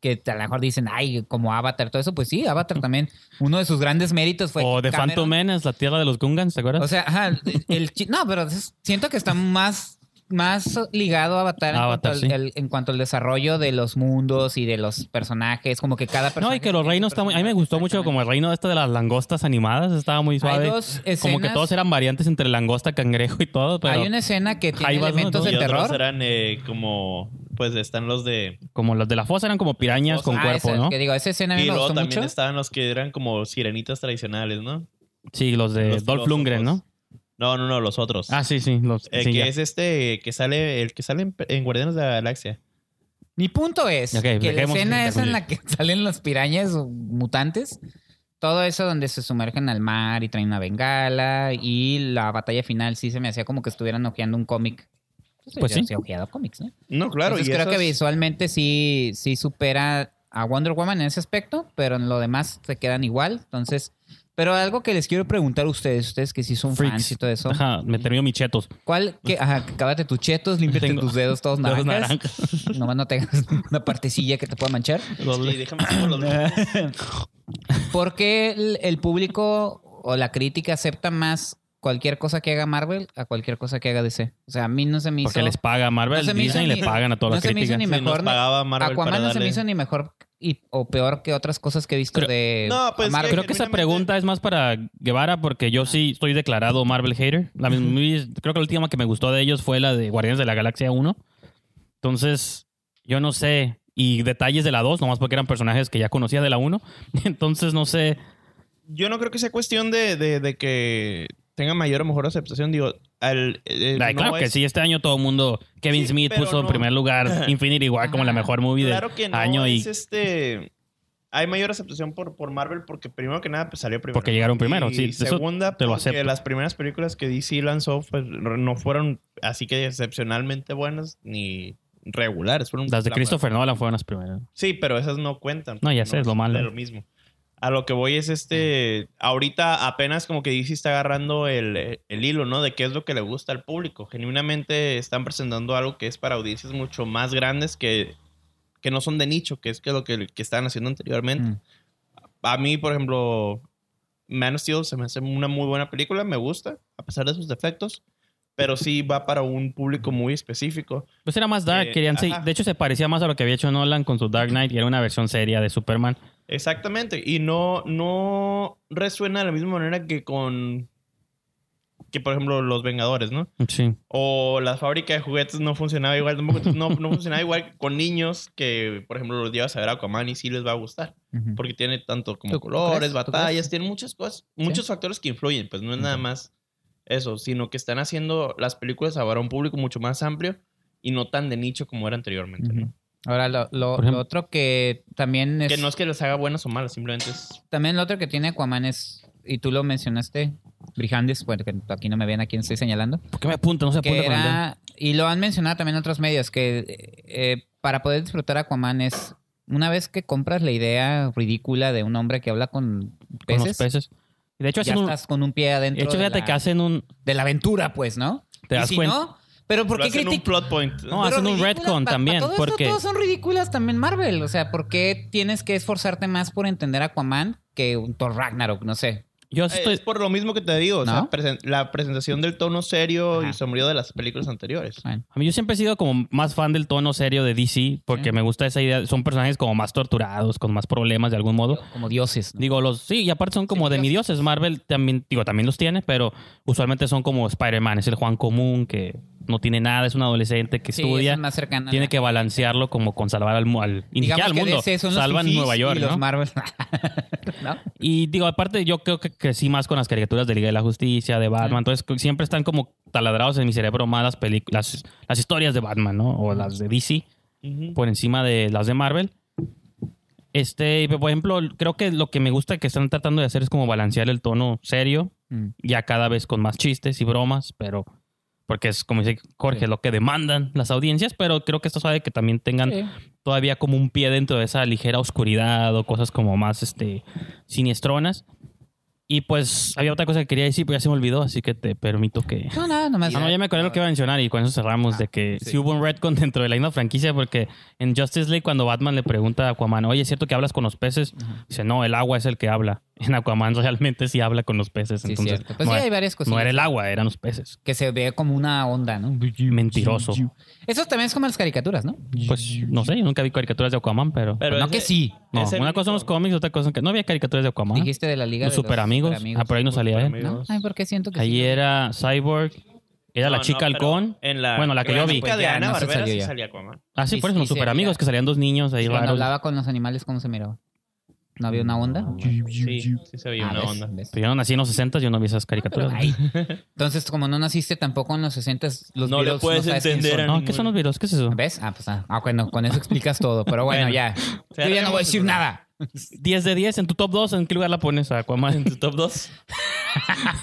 que a lo mejor dicen, ay, como Avatar, todo eso, pues sí, Avatar también. Uno de sus grandes méritos fue.
o
que
de
Cameron-
Phantom Menace, la tierra de los Gungans, ¿te acuerdas?
o sea, ajá, el chi- no, pero es- siento que está más, más ligado a Avatar, en,
Avatar,
cuanto al,
sí.
el- en cuanto al desarrollo de los mundos y de los personajes, como que cada personaje.
no, y que los
tiene su
reinos están muy- A mí me gustó mucho como el reino este de las langostas animadas, estaba muy suave.
dos
Como que
escenas-
todos eran variantes entre langosta, cangrejo y todo, pero
Hay una escena que tiene
Jaivas, ¿no?
elementos
Y
de
Entonces,
otros
terror.
eran eh, como... Pues están los de...
como los de la fosa eran como pirañas con
Ah,
cuerpo,
esa,
¿no?
Que digo, esa escena a mí
Y
me
luego
gustó
también
mucho.
estaban los que eran como sirenitas tradicionales, ¿no?
Sí, los de
Los-
Dolph
los
Lundgren,
otros.
¿no?
No, no, no, los otros.
Ah, sí, sí. Los,
Eh,
sí,
que
ya.
es este eh, que sale, el que sale en, en Guardianes de la Galaxia.
Mi punto es
Ok,
que la
dejemos-
escena esa en la que salen las pirañas o mutantes todo eso donde se sumergen al mar y traen una bengala y la batalla final sí se me hacía como que estuvieran ojeando un cómic.
Pues
yo
sí.
he ojeado cómics, ¿no?
No, claro.
Entonces
y
creo que
esas-
visualmente sí, sí supera a Wonder Woman en ese aspecto, pero en lo demás se quedan igual. Entonces, pero algo que les quiero preguntar a ustedes, ustedes que sí son
Freaks.
fans y todo eso.
Ajá, me termino mis chetos.
¿Cuál? que Ajá, cábate tus chetos, límpiate
Tengo
tus dedos todos
Dos
naranjas.
naranjas.
Nomás no tengas una partecilla que te pueda manchar.
Sí, déjame pongo los-
¿Por qué el, el público o la crítica acepta más cualquier cosa que haga Marvel a cualquier cosa que haga DC? O sea, a mí no se me hizo...
Porque les paga Marvel,
no se me hizo
Disney,
ni-
le pagan a todas
no
las
se me hizo
críticas.
ni
Sí, nos
mejor,
pagaba Marvel para
Aquaman no se me
darle-
hizo ni mejor y- o peor que otras cosas que he visto
Creo-
de
No, pues,
Marvel.
Creo que esa pregunta es más para Guevara porque yo sí estoy declarado Marvel hater. La mis- mis- creo que la última que me gustó de ellos fue la de Guardianes de la Galaxia 1. Entonces, yo no sé. Y detalles de la 2, nomás porque eran personajes que ya conocía de la 1. Entonces, no sé.
Yo no creo que sea cuestión de, de- de que tenga mayor o mejor aceptación. Digo, al, eh,
Ay,
no
claro que
es-
sí, este año todo el mundo. Kevin
Sí,
Smith
pero
puso en
no.
primer lugar Infinity War como la
Ajá.
mejor movie
Claro
del
que no
año
es
y
este... Hay mayor aceptación por, por Marvel porque primero que nada pues, salió primero.
Porque llegaron primero,
Y
sí, eso
segunda,
te lo
porque
acepto.
las primeras películas que DC lanzó pues, no fueron así que excepcionalmente buenas ni regulares. Fueron
las de
la-
Christopher Nolan fueron las primeras.
Sí, pero esas no cuentan.
No, ya sé, es lo malo. Mm.
de lo mismo. A lo que voy es este. Ahorita apenas como que DC está agarrando el, el hilo, ¿no? De qué es lo que le gusta al público. Genuinamente están presentando algo que es para audiencias mucho más grandes que, que no son de nicho, que es que lo que, que estaban haciendo anteriormente.
Mm.
A mí, por ejemplo, Man of Steel se me hace una muy buena película, me gusta, a pesar de sus defectos. Pero sí va para un público muy específico.
Pues era más dark,
Eh,
querían se-
ajá.
de hecho se parecía más a lo que había hecho Nolan con su Dark Knight y era una versión seria de Superman.
Exactamente. Y no, no resuena de la misma manera que con. Que por ejemplo, los Vengadores, ¿no?
Sí.
O la fábrica de juguetes no funcionaba igual tampoco. Entonces, No, no funcionaba igual con niños que, por ejemplo, los llevas a ver a Aquaman y sí les va a gustar.
Ujú.
Porque tiene tanto como
¿Tú- tú
colores,
crees? ¿Tú
batallas,
crees?
tiene muchas cosas, muchos factores que influyen. Pues no es nada
Ujú.
más eso, sino que están haciendo las películas ahora a un público mucho más amplio y no tan de nicho como era anteriormente. ¿no?
Ujú. Ahora, lo, lo-
Por ejemplo-
lo otro que también es...
Que no es que les haga buenas o malas, simplemente es.
También lo otro que tiene Aquaman es, y tú lo mencionaste, Brijandes, bueno, que aquí no me ven a quién estoy señalando,
¿Por qué me apunta? No se apunta
que
con el dedo.
era, y lo han mencionado también en otros medios, que eh, para poder disfrutar Aquaman es, una vez que compras la idea ridícula de un hombre que habla con
con
peces,
los peces. Y De hecho,
ya
hacen un,
estás con un pie
de
adentro
hecho
de,
fíjate
la,
que hacen un.
de la aventura, pues, ¿no?
Te
Y
das
si
cuenta.
no, pero ¿por
lo
qué
hacen un
critican?
plot point.
No, hacen un
ridículas,
retcon
pa- pa-
también,
todo esto,
porque-
todos son ridículas también Marvel. O sea, ¿por qué tienes que esforzarte más por entender Aquaman que un Thor Ragnarok? No sé.
Yo
Eh,
estoy.
Es por lo mismo que te digo, o sea,
¿No?
presen- la presentación del tono serio y
Ajá.
sombrío de las películas anteriores.
Bueno.
A mí yo siempre he sido como más fan del tono serio de DC, porque
Sí.
me gusta esa idea. Son personajes como más torturados, con más problemas de algún modo.
como dioses. ¿no?
Digo, los sí, y aparte son como
Sí,
demidioses. Marvel también, digo, también los tiene, pero usualmente son como Spider-Man, es el Juan común que no tiene nada, es un adolescente que
Sí,
estudia,
es el más cercana.
tiene que balancearlo como con salvar al, mu- al,
Digamos
inicial
que
mundo.
DC son los
Salvan
fifís
Nueva York,
y
¿no?
los Marvel. ¿No?
Y digo, aparte, yo creo que crecí más con las caricaturas de Liga de la Justicia, de Batman.
Ah.
Entonces, co- siempre están como taladrados en mi cerebro más las películas, las historias de Batman, ¿no? O las de DC por encima de las de Marvel. Este, y, por ejemplo, creo que lo que me gusta que están tratando de hacer es como balancear el tono serio,
Mm.
ya cada vez con más chistes y bromas, pero porque es como dice Jorge,
Sí.
lo que demandan las audiencias, pero creo que esto sabe que también tengan todavía como un pie dentro de esa ligera oscuridad o cosas como más este siniestronas. Y pues había otra cosa que quería decir, pero ya se me olvidó, así que te permito que.
No, nada, nomás.
Ah, no, ya me acordé lo que iba a mencionar y con eso cerramos
Ah,
de que si
sí.
hubo un retcon dentro de la misma franquicia porque en Justice League cuando Batman le pregunta a Aquaman, oye, ¿es cierto que hablas con los peces?
Ajá.
Dice, no, el agua es el que habla. En Aquaman realmente sí habla con los peces,
Sí,
entonces
cierto. Pues
no,
sí,
era-
hay varias cosas.
no era el agua, eran los peces.
Que se ve como una onda, ¿no?
Mentiroso.
Eso también es como las caricaturas, ¿no?
Pues no sé, yo nunca vi caricaturas de Aquaman, pero...
Pero
no
ese-
que sí.
No,
es el
una cosa son los
único.
cómics, otra cosa son que... No había caricaturas de Aquaman.
Dijiste de la liga
Los
de
superamigos. Ah, por ahí no salía él.
¿No? Ay, porque siento que sí.
Ahí era Cyborg, era
No,
la
no,
chica
pero
halcón.
En la
Bueno, la que yo vi.
crónica de
Pues ya,
Ana
no se
Barbera
salió
sí
ya.
salía Aquaman.
Ah, sí,
Sí,
por eso,
sí,
los
sí,
superamigos,
ya.
que salían dos niños ahí
Cuando
raros.
hablaba con los animales, ¿cómo se miraba? ¿No había una onda?
Sí, sí se veía
Ah,
una
¿ves?
onda.
¿Ves?
Pero yo no nací en los 60, yo no vi esas caricaturas.
Pero ahí. Entonces, como no naciste tampoco en los 60, los
No le
Beatles
puedes
sabes quiénes
entender
son.
Pues no, ¿qué son los videos? ¿Qué es eso?
¿Ves? Ah, pues ah, ah, bueno, con eso explicas todo. Pero bueno,
Bueno.
ya.
sea,
Yo ya no voy a
dejemos
pues,
decir
eso.
nada.
10 de 10 en tu top 2. ¿En qué lugar la pones a Aquaman? ¿En tu top 2?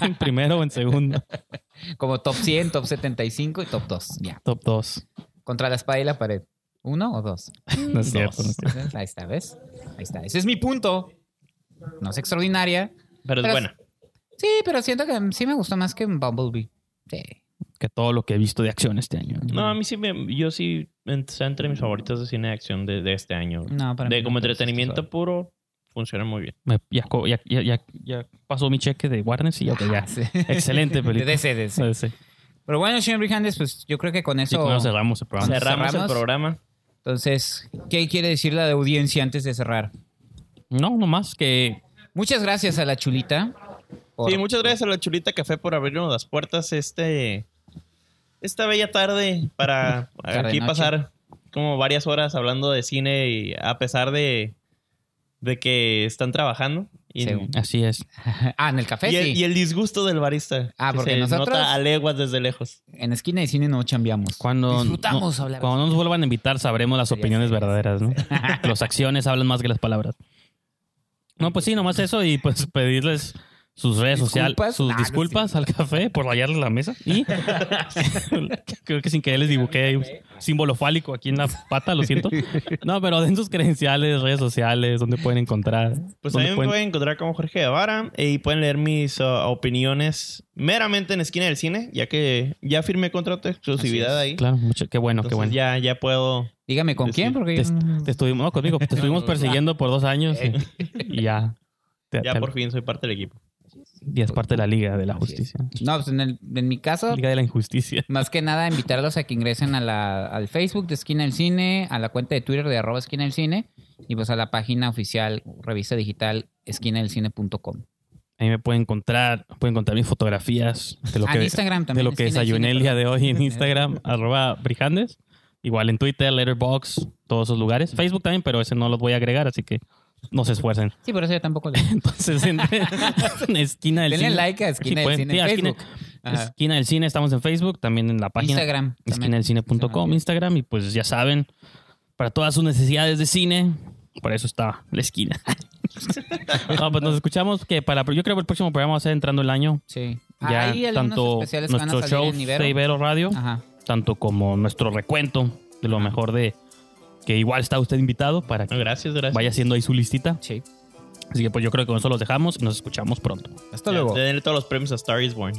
¿En primero o en segundo?
Como top 100, top 75 y top 2. Ya.
Top 2.
Contra la espada y la pared. ¿Uno o dos?
No es cierto. no es
Dos.
cierto.
Ahí está, ¿ves? Ahí está. Ese es mi punto. No es extraordinaria.
Pero es
Pero-
buena.
Sí, pero siento que sí me gustó más que Bumblebee. Sí.
Que todo lo que he visto de acción este año.
No, a mí sí me, yo sí está entre mis favoritos de cine de acción de, de este año.
No, Mm, para
de
mí
como
no,
entretenimiento puro, funciona muy bien.
Me- ya, co- ya, ya, ya- ya pasó mi cheque de Warner y ya, que ya.
Sí.
Excelente
De
película.
DC, de DC.
Sí, sí.
Pero bueno, señor Brijandes, pues yo creo que con
Sí,
eso.
con eso Oh. cerramos el programa.
Vamos,
Cerramos,
cerramos.
el programa.
Entonces, ¿qué quiere decir la de audiencia antes de cerrar?
No, nomás que
Muchas gracias a la chulita. por-
Sí, muchas gracias a la Chulita Café por abrirnos las puertas este esta bella tarde para
Tarde,
aquí
noche.
pasar como varias horas hablando de cine y a pesar de de que están trabajando y,
Sí.
así es.
Ah, en el café,
y el,
sí.
y el disgusto del barista
Ah,
que
porque
se
nosotros-
nota a leguas desde lejos.
En esquina de cine no chambeamos.
Cuando
Disfrutamos
no-
hablar.
cuando nos vuelvan a invitar sabremos las
Ya sé,
opiniones
ya sé,
verdaderas, ¿no? las acciones hablan más que las palabras. No, pues sí, nomás eso y pues pedirles sus redes sociales,
Disculpas.
sus
Ah, no es
disculpas al café por rayarle la mesa y creo que sin querer les dibuqué ahí un símbolo fálico aquí en la pata, lo siento. No, pero den sus credenciales, redes sociales, donde pueden encontrar. dónde
Pues también
pueden-
pueden encontrar como Jorge Guevara eh, y pueden leer mis uh, opiniones meramente en Esquina del Cine, ya que ya firmé contrato de exclusividad ahí.
Claro, mucho- qué bueno,
Entonces
qué bueno.
ya, ya puedo.
Dígame con quién, porque yo no-
Te, te estuvimos, no, conmigo, te estuvimos persiguiendo por dos años
Eh.
y, y ya. Te-
Ya
te-
por fin soy parte del equipo.
Y es parte de la Liga de la
Así es.
Justicia.
No, pues en, el- en mi caso,
Liga de la Injusticia.
más que nada invitarlos a que ingresen a la, al Facebook de Esquina del Cine, a la cuenta de Twitter de arroba Esquina del Cine y pues a la página oficial, revista digital, esquinadelcine.com.
Ahí me pueden encontrar, pueden encontrar mis fotografías de lo
Ah,
que,
en Instagram
de
también.
lo que
Esquina del
desayuné el
Cine,
día de hoy en
perdón.
Instagram, arroba Brijandes. Igual en Twitter, Letterboxd, todos esos lugares. Facebook también, pero ese no los voy a agregar, así que no se esfuercen.
Sí, por eso yo tampoco lo...
Entonces, en, en esquina del
Denle
cine.
like a Esquina
Sí,
del
pueden-
Cine
sí,
en
a esquina-
Facebook. Ajá.
Esquina del Cine, estamos en Facebook, también en la página
Instagram. también.
esquinadelcine.com, Instagram, y pues ya saben, para todas sus necesidades de cine, por eso está la esquina. No, pues nos escuchamos que para yo creo que el próximo programa va a ser entrando el año.
Sí.
Ya
Hay algunos
tanto
especiales que van a
nuestro
salir
show
en Ibero. Ah.
de Ibero Radio,
Ajá.
tanto como nuestro recuento
Ah.
de lo mejor de que igual está usted invitado para que
Gracias, gracias.
vaya haciendo ahí su listita.
Sí.
Así que pues yo creo que con eso los dejamos y nos escuchamos pronto.
Hasta
Ya,
luego.
Denle todos los premios a Star is Born.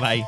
Bye.